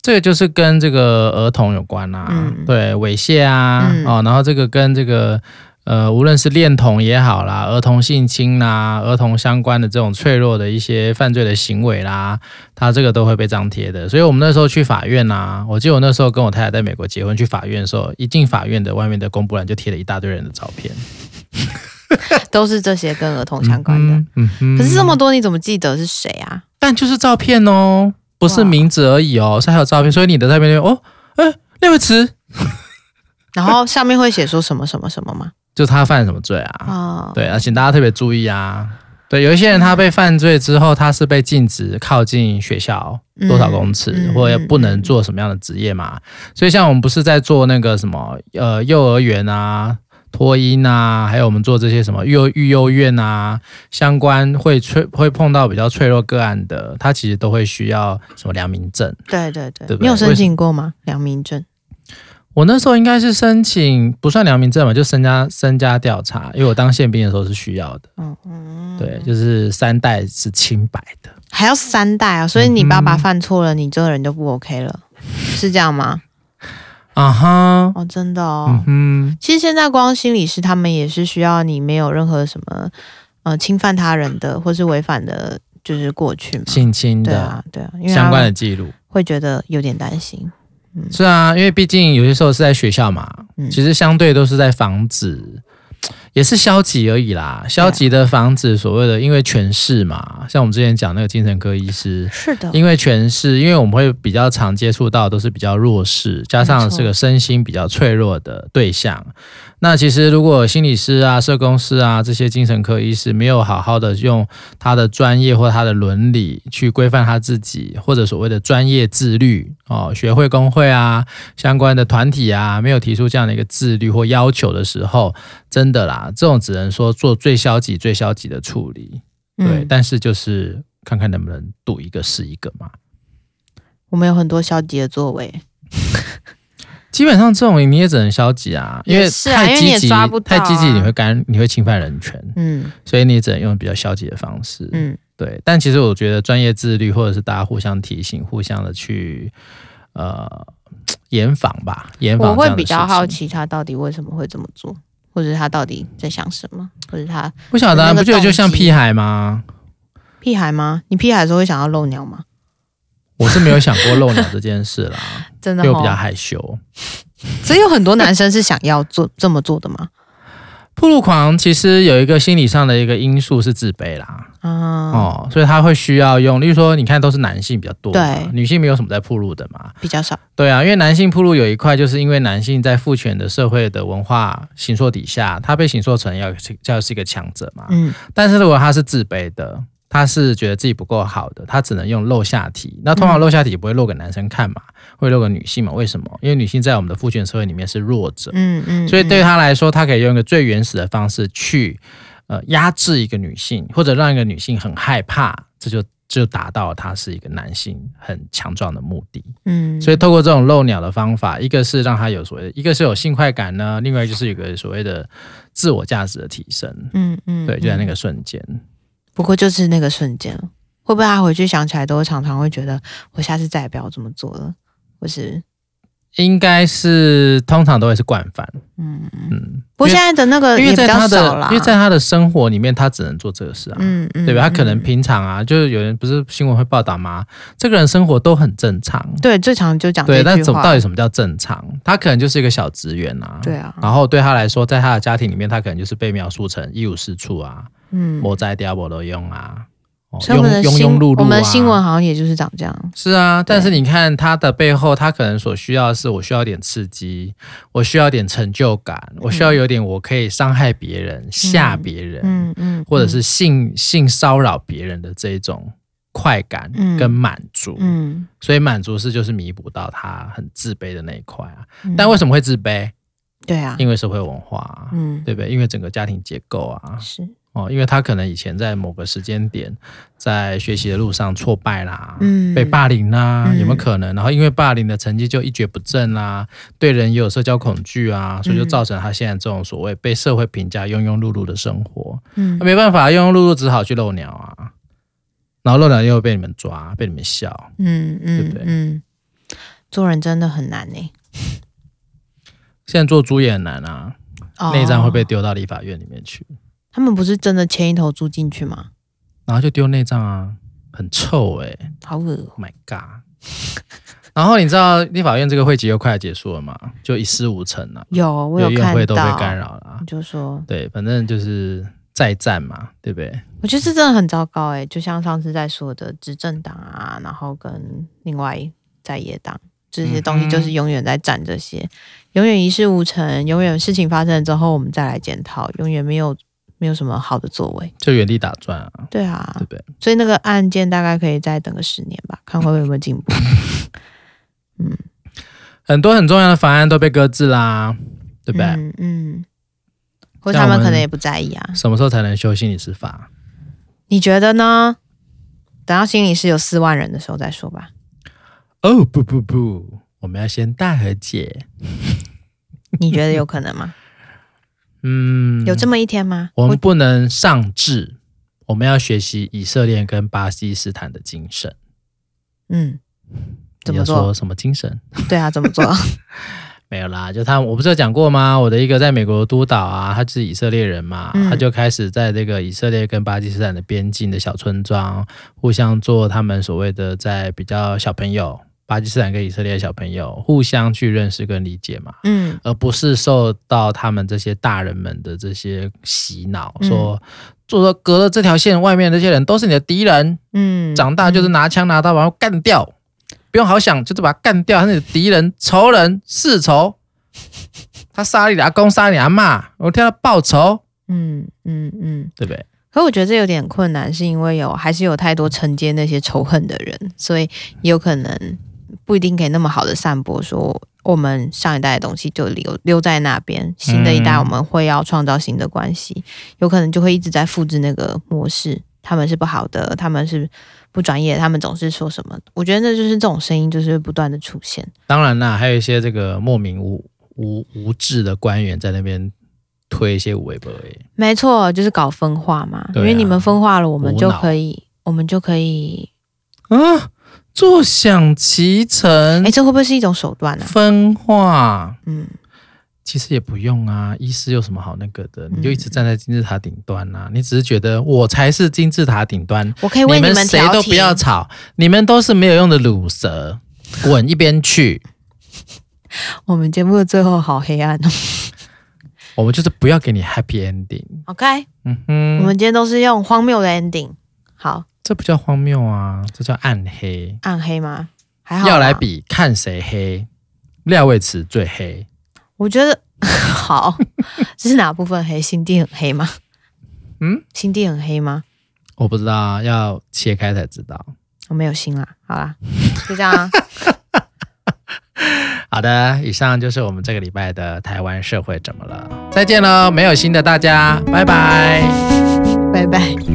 [SPEAKER 1] 这个就是跟这个儿童有关啊，
[SPEAKER 2] 嗯
[SPEAKER 1] 对猥亵啊，
[SPEAKER 2] 嗯
[SPEAKER 1] 哦，然后这个跟这个呃，无论是恋童也好啦，儿童性侵啦，儿童相关的这种脆弱的一些犯罪的行为啦，它这个都会被张贴的。所以我们那时候去法院啊，我记得我那时候跟我太太在美国结婚去法院的时候，一进法院的外面的公布栏就贴了一大堆人的照片，
[SPEAKER 2] 都是这些跟儿童相关的。
[SPEAKER 1] 嗯哼，嗯哼
[SPEAKER 2] 可是这么多，你怎么记得是谁
[SPEAKER 1] <laughs>
[SPEAKER 2] 啊？
[SPEAKER 1] 但就是照片哦，不是
[SPEAKER 2] 哇
[SPEAKER 1] 名字而已哦，是还有照片，所以你的照片就哦，哎，廖伟慈。
[SPEAKER 2] 然后上面会写说什么什么什么吗？
[SPEAKER 1] 就他犯什么罪啊？
[SPEAKER 2] 哦，，
[SPEAKER 1] 对，而且大家特别注意啊。对，有一些人他被犯罪之后，他是被禁止靠近学校多少公尺，
[SPEAKER 2] 嗯嗯
[SPEAKER 1] 或者不能做什么样的职业嘛。所以像我们不是在做那个什么呃幼儿园啊、托婴啊，还有我们做这些什么幼育幼院啊，相关会脆会碰到比较脆弱个案的，他其实都会需要什么良民证。
[SPEAKER 2] 对对对
[SPEAKER 1] 对不对
[SPEAKER 2] 你有申请过吗？良民证
[SPEAKER 1] 我那时候应该是申请不算良民证嘛，就身家身家调查，因为我当宪兵的时候是需要的。嗯对，就是三代是清白的。
[SPEAKER 2] 还要三代啊，所以你爸爸
[SPEAKER 1] 嗯哼
[SPEAKER 2] 犯错了，你这个人就不 OK 了，
[SPEAKER 1] 嗯
[SPEAKER 2] 是这样吗？
[SPEAKER 1] 啊哈，
[SPEAKER 2] 哦，真的哦。
[SPEAKER 1] 嗯
[SPEAKER 2] 其实现在光心理师他们也是需要你没有任何什么呃侵犯他人的或是违反的，就是过去嘛
[SPEAKER 1] 哼，。性侵
[SPEAKER 2] 对
[SPEAKER 1] 的
[SPEAKER 2] 啊，对啊，因为
[SPEAKER 1] 相
[SPEAKER 2] 他
[SPEAKER 1] 关
[SPEAKER 2] 们
[SPEAKER 1] 的记录
[SPEAKER 2] 会觉得有点担心。
[SPEAKER 1] 是啊，因为毕竟有些时候是在学校嘛，
[SPEAKER 2] 嗯
[SPEAKER 1] 其实相对都是在防止，也是消极而已啦，消极的防止所谓的因为权势嘛，像我们之前讲那个精神科医师，
[SPEAKER 2] 是的，
[SPEAKER 1] 因为权势，因为我们会比较常接触到都是比较弱势，加上是个身心比较脆弱的对象。那其实如果心理师啊、社工师啊这些精神科医师没有好好的用他的专业或他的伦理去规范他自己，或者所谓的专业自律哦，学会工会啊相关的团体啊，没有提出这样的一个自律或要求的时候，真的啦，这种只能说做最消极、最消极的处理。对，
[SPEAKER 2] 嗯，
[SPEAKER 1] 但是就是看看能不能赌一个是一个嘛。
[SPEAKER 2] 我们有很多消极的作为。
[SPEAKER 1] 基本上这种你也只能消极啊，因为
[SPEAKER 2] 也是啊
[SPEAKER 1] 太积
[SPEAKER 2] 因为你
[SPEAKER 1] 极、
[SPEAKER 2] 也抓不到
[SPEAKER 1] 太
[SPEAKER 2] 啊
[SPEAKER 1] 积极你会干，你会侵犯人权，
[SPEAKER 2] 嗯
[SPEAKER 1] 所以你只能用比较消极的方式。
[SPEAKER 2] 嗯，
[SPEAKER 1] 对。但其实我觉得专业自律或者是大家互相提醒、互相的去呃严防吧，严防。
[SPEAKER 2] 我会比较好，奇他到底为什么会这么做，或者他到底在想什么，或者他
[SPEAKER 1] 不晓得啊
[SPEAKER 2] 那
[SPEAKER 1] 不
[SPEAKER 2] 个
[SPEAKER 1] 觉得就
[SPEAKER 2] 动
[SPEAKER 1] 像
[SPEAKER 2] 机
[SPEAKER 1] 屁孩吗？
[SPEAKER 2] 屁孩吗？你屁孩的时候会想要漏尿吗？
[SPEAKER 1] 我是没有想过露鸟这件事
[SPEAKER 2] <laughs>
[SPEAKER 1] 啦，
[SPEAKER 2] 真的
[SPEAKER 1] 因为我比较 <laughs>
[SPEAKER 2] 哦，
[SPEAKER 1] 害羞。
[SPEAKER 2] 所以有很多男生是想要做这么做的吗？
[SPEAKER 1] 暴露狂其实有一个心理上的一个因素是自卑啦，
[SPEAKER 2] 啊、
[SPEAKER 1] 哦，所以他会需要用，例如说，你看都是男性比较多嘛，
[SPEAKER 2] 对
[SPEAKER 1] 女性没有什么在铺路的嘛，
[SPEAKER 2] 比较少，
[SPEAKER 1] 对啊，因为男性铺路有一块，就是因为男性在父权的社会的文化形塑底下，他被形塑成要要是一个强者嘛，
[SPEAKER 2] 嗯，
[SPEAKER 1] 但是如果他是自卑的，他是觉得自己不够好的，他只能用露下体。那
[SPEAKER 2] 嗯
[SPEAKER 1] 通常露下体也不会露给男生看嘛，会露给女性嘛？为什么？因为女性在我们的父权社会里面是弱者，
[SPEAKER 2] 嗯嗯，
[SPEAKER 1] 所以对
[SPEAKER 2] 嗯
[SPEAKER 1] 他来说，他可以用一个最原始的方式去呃压制一个女性，或者让一个女性很害怕，这就。就达到他是一个男性很强壮的目的，
[SPEAKER 2] 嗯，
[SPEAKER 1] 所以透过这种露鸟的方法，一个是让他有所谓的，一个是有性快感呢，另外就是有个所谓的自我价值的提升，
[SPEAKER 2] 嗯嗯，
[SPEAKER 1] 对，就在那
[SPEAKER 2] 嗯，
[SPEAKER 1] 个瞬间。
[SPEAKER 2] 不过就是那个瞬间了，会不会他回去想起来都常常会觉得，我下次再也不要这么做了，或是
[SPEAKER 1] 应该是通常都会是惯犯，
[SPEAKER 2] 嗯，
[SPEAKER 1] 嗯，
[SPEAKER 2] 不过现在的那个
[SPEAKER 1] 因
[SPEAKER 2] 呃也
[SPEAKER 1] 为
[SPEAKER 2] 比
[SPEAKER 1] 在他
[SPEAKER 2] 较
[SPEAKER 1] 的
[SPEAKER 2] 少啦，
[SPEAKER 1] 因为在他的生活里面，他只能做这个事啊，
[SPEAKER 2] 嗯嗯，
[SPEAKER 1] 对吧？他可能
[SPEAKER 2] 嗯
[SPEAKER 1] 平常啊，就是有人不是新闻会报道吗？这个人生活都很正常，
[SPEAKER 2] 对最常就啊讲这
[SPEAKER 1] 对，但
[SPEAKER 2] 句
[SPEAKER 1] 怎么
[SPEAKER 2] 话
[SPEAKER 1] 到底什么叫正常？他可能就是一个小职员啊，
[SPEAKER 2] 对。啊，
[SPEAKER 1] 然后对他来说，在他的家庭里面，他可能就是被描述成一无是处啊，
[SPEAKER 2] 嗯，
[SPEAKER 1] 我在掉我都用啊，哦
[SPEAKER 2] 所以我们的
[SPEAKER 1] 庸
[SPEAKER 2] 新
[SPEAKER 1] 庸庸碌碌啊。
[SPEAKER 2] 我们的新闻好像也就是长这样，
[SPEAKER 1] 是啊，但是你看他的背后，他可能所需要的是我需要点刺激，我需要点成就感，我需要有点我可以伤害别人、吓别人，
[SPEAKER 2] 嗯嗯，
[SPEAKER 1] 或者是性性骚扰别人的这一种快感
[SPEAKER 2] 嗯
[SPEAKER 1] 跟满足。
[SPEAKER 2] 嗯，
[SPEAKER 1] 所以满足是就是弥补到他很自卑的那一块啊。
[SPEAKER 2] 嗯
[SPEAKER 1] 但为什么会自卑？
[SPEAKER 2] 对啊，
[SPEAKER 1] 因为社会文化、啊，
[SPEAKER 2] 嗯，
[SPEAKER 1] 对不对？因为整个家庭结构啊，
[SPEAKER 2] 是，
[SPEAKER 1] 哦，因为他可能以前在某个时间点在学习的路上挫败啦，
[SPEAKER 2] 嗯
[SPEAKER 1] 被霸凌啦，
[SPEAKER 2] 嗯
[SPEAKER 1] 有没有可能？然后因为霸凌的成绩就一蹶不振啦，对人也有社交恐惧啊，所以就
[SPEAKER 2] 嗯
[SPEAKER 1] 造成他现在这种所谓被社会评价庸庸碌碌的生活。
[SPEAKER 2] 嗯
[SPEAKER 1] 啊那没办法，庸庸碌碌只好去漏鸟啊，然后漏鸟又被你们抓，被你们笑。
[SPEAKER 2] 嗯
[SPEAKER 1] 对
[SPEAKER 2] 嗯
[SPEAKER 1] 不对
[SPEAKER 2] 嗯，做人真的很难欸呢，
[SPEAKER 1] 现在做猪也很难啊，
[SPEAKER 2] 哦
[SPEAKER 1] 内脏会被丢到立法院里面去，
[SPEAKER 2] 他们不是真的牵一头猪进去吗？
[SPEAKER 1] 然后就丢内脏啊，很臭哎、
[SPEAKER 2] 好恶哦，
[SPEAKER 1] My God！然后你知道立法院这个会期又快要结束了嘛？就一事无成了、
[SPEAKER 2] 有我
[SPEAKER 1] 因
[SPEAKER 2] 有
[SPEAKER 1] 为
[SPEAKER 2] 看
[SPEAKER 1] 院会都被
[SPEAKER 2] 到，
[SPEAKER 1] 干扰了、啊
[SPEAKER 2] 你。就说，
[SPEAKER 1] 对，反正就是再战嘛，对不对？
[SPEAKER 2] 我觉得这真的很糟糕哎，就像上次在说的执政党啊，然后跟另外在野党。这些东西就
[SPEAKER 1] 嗯
[SPEAKER 2] 是永远在战这些，永远一事无成，永远事情发生了之后我们再来检讨，永远没有没有什么好的作为。
[SPEAKER 1] 就原地打转啊，
[SPEAKER 2] 对啊，
[SPEAKER 1] 对不对？
[SPEAKER 2] 所以那个案件大概可以再等个十年吧，看会不会有没有进步。
[SPEAKER 1] 很多很重要的法案都被搁置啦，对 <laughs> 不对？
[SPEAKER 2] 嗯嗯，或者
[SPEAKER 1] 像
[SPEAKER 2] 他
[SPEAKER 1] 我
[SPEAKER 2] 们可
[SPEAKER 1] 们
[SPEAKER 2] 能也不在意啊。
[SPEAKER 1] 什么时候才能修心理师法？
[SPEAKER 2] 你觉得呢？等到心理师有四万人的时候再说吧。
[SPEAKER 1] 哦，不不不，我们要先大和解。
[SPEAKER 2] 你觉得有可能吗？
[SPEAKER 1] <laughs> 嗯，
[SPEAKER 2] 有这么一天吗？
[SPEAKER 1] 我们不能上智，我们要学习以色列跟巴基斯坦的精神。
[SPEAKER 2] 嗯，怎
[SPEAKER 1] 你
[SPEAKER 2] 么
[SPEAKER 1] 要
[SPEAKER 2] 做
[SPEAKER 1] 说？什么精神？
[SPEAKER 2] 对啊，怎么
[SPEAKER 1] <laughs>
[SPEAKER 2] 做？
[SPEAKER 1] 没有啦，就他，我不是有讲过吗？我的一个在美国督导啊，他是以色列人嘛，
[SPEAKER 2] 嗯
[SPEAKER 1] 他就开始在这个以色列跟巴基斯坦的边境的小村庄，互相做他们所谓的在比较小朋友，巴基斯坦跟以色列的小朋友互相去认识跟理解嘛，
[SPEAKER 2] 嗯
[SPEAKER 1] 而不是受到他们这些大人们的这些洗脑，
[SPEAKER 2] 嗯
[SPEAKER 1] 说就说隔了这条线外面的这些人都是你的敌人，
[SPEAKER 2] 嗯，
[SPEAKER 1] 长大就是拿枪拿刀把他干掉，不用好想，就是把他干掉。他是你的敌人、仇人、世仇，他杀你的阿公，杀你阿妈，我替他报仇，
[SPEAKER 2] 嗯嗯嗯。
[SPEAKER 1] 对不对？
[SPEAKER 2] 可我觉得这有点困难，是因为有还是有太多承接那些仇恨的人，所以也有可能不一定可以那么好的散播说我们上一代的东西就留留在那边，新的一代
[SPEAKER 1] 嗯
[SPEAKER 2] 我们会要创造新的关系，有可能就会一直在复制那个模式。他们是不好的，他们是不专业，他们总是说什么？我觉得那就是这种声音，就是不断的出现。
[SPEAKER 1] 当然啦，还有一些这个莫名无无无知的官员在那边推一些违不违，
[SPEAKER 2] 没错，就是搞分化嘛，因
[SPEAKER 1] 对啊
[SPEAKER 2] 为你们分化了，我们
[SPEAKER 1] 无
[SPEAKER 2] 就
[SPEAKER 1] 脑
[SPEAKER 2] 可以，我们就可以，
[SPEAKER 1] 啊，坐享其成
[SPEAKER 2] 哎、，这会不会是一种手段呢、啊？
[SPEAKER 1] 分化。
[SPEAKER 2] 嗯，
[SPEAKER 1] 其实也不用啊，医师有什么好那个的？你就一直站在金字塔顶端啊！你只是觉得我才是金字塔顶端，
[SPEAKER 2] 我可嗯哎以为
[SPEAKER 1] 你
[SPEAKER 2] 们
[SPEAKER 1] 谁
[SPEAKER 2] 调
[SPEAKER 1] 都
[SPEAKER 2] 停
[SPEAKER 1] 不要吵，你们都是没有用的乳蛇，滚一边去！
[SPEAKER 2] 我们节目的最后好黑暗哦。 <laughs>
[SPEAKER 1] 我们就是不要给你 happy ending。
[SPEAKER 2] OK，、
[SPEAKER 1] 嗯哼，
[SPEAKER 2] 我们今天都是用荒谬的 ending。好，
[SPEAKER 1] 这不叫荒谬啊，这叫暗黑。
[SPEAKER 2] 暗黑吗？还好。啊
[SPEAKER 1] 要来，比看谁黑，廖伟慈最黑。
[SPEAKER 2] 我觉得 <laughs> 好。这是哪部分黑？心地很黑吗？
[SPEAKER 1] 嗯，
[SPEAKER 2] 心地很黑吗？
[SPEAKER 1] 我不知道啊，要切开才知道。
[SPEAKER 2] 我没有心啦。好啦，就这
[SPEAKER 1] <laughs>
[SPEAKER 2] 样啊。
[SPEAKER 1] 好的，以上就是我们这个礼拜的台湾社会怎么了？再见喽，没有新的大家，拜拜。
[SPEAKER 2] 拜拜。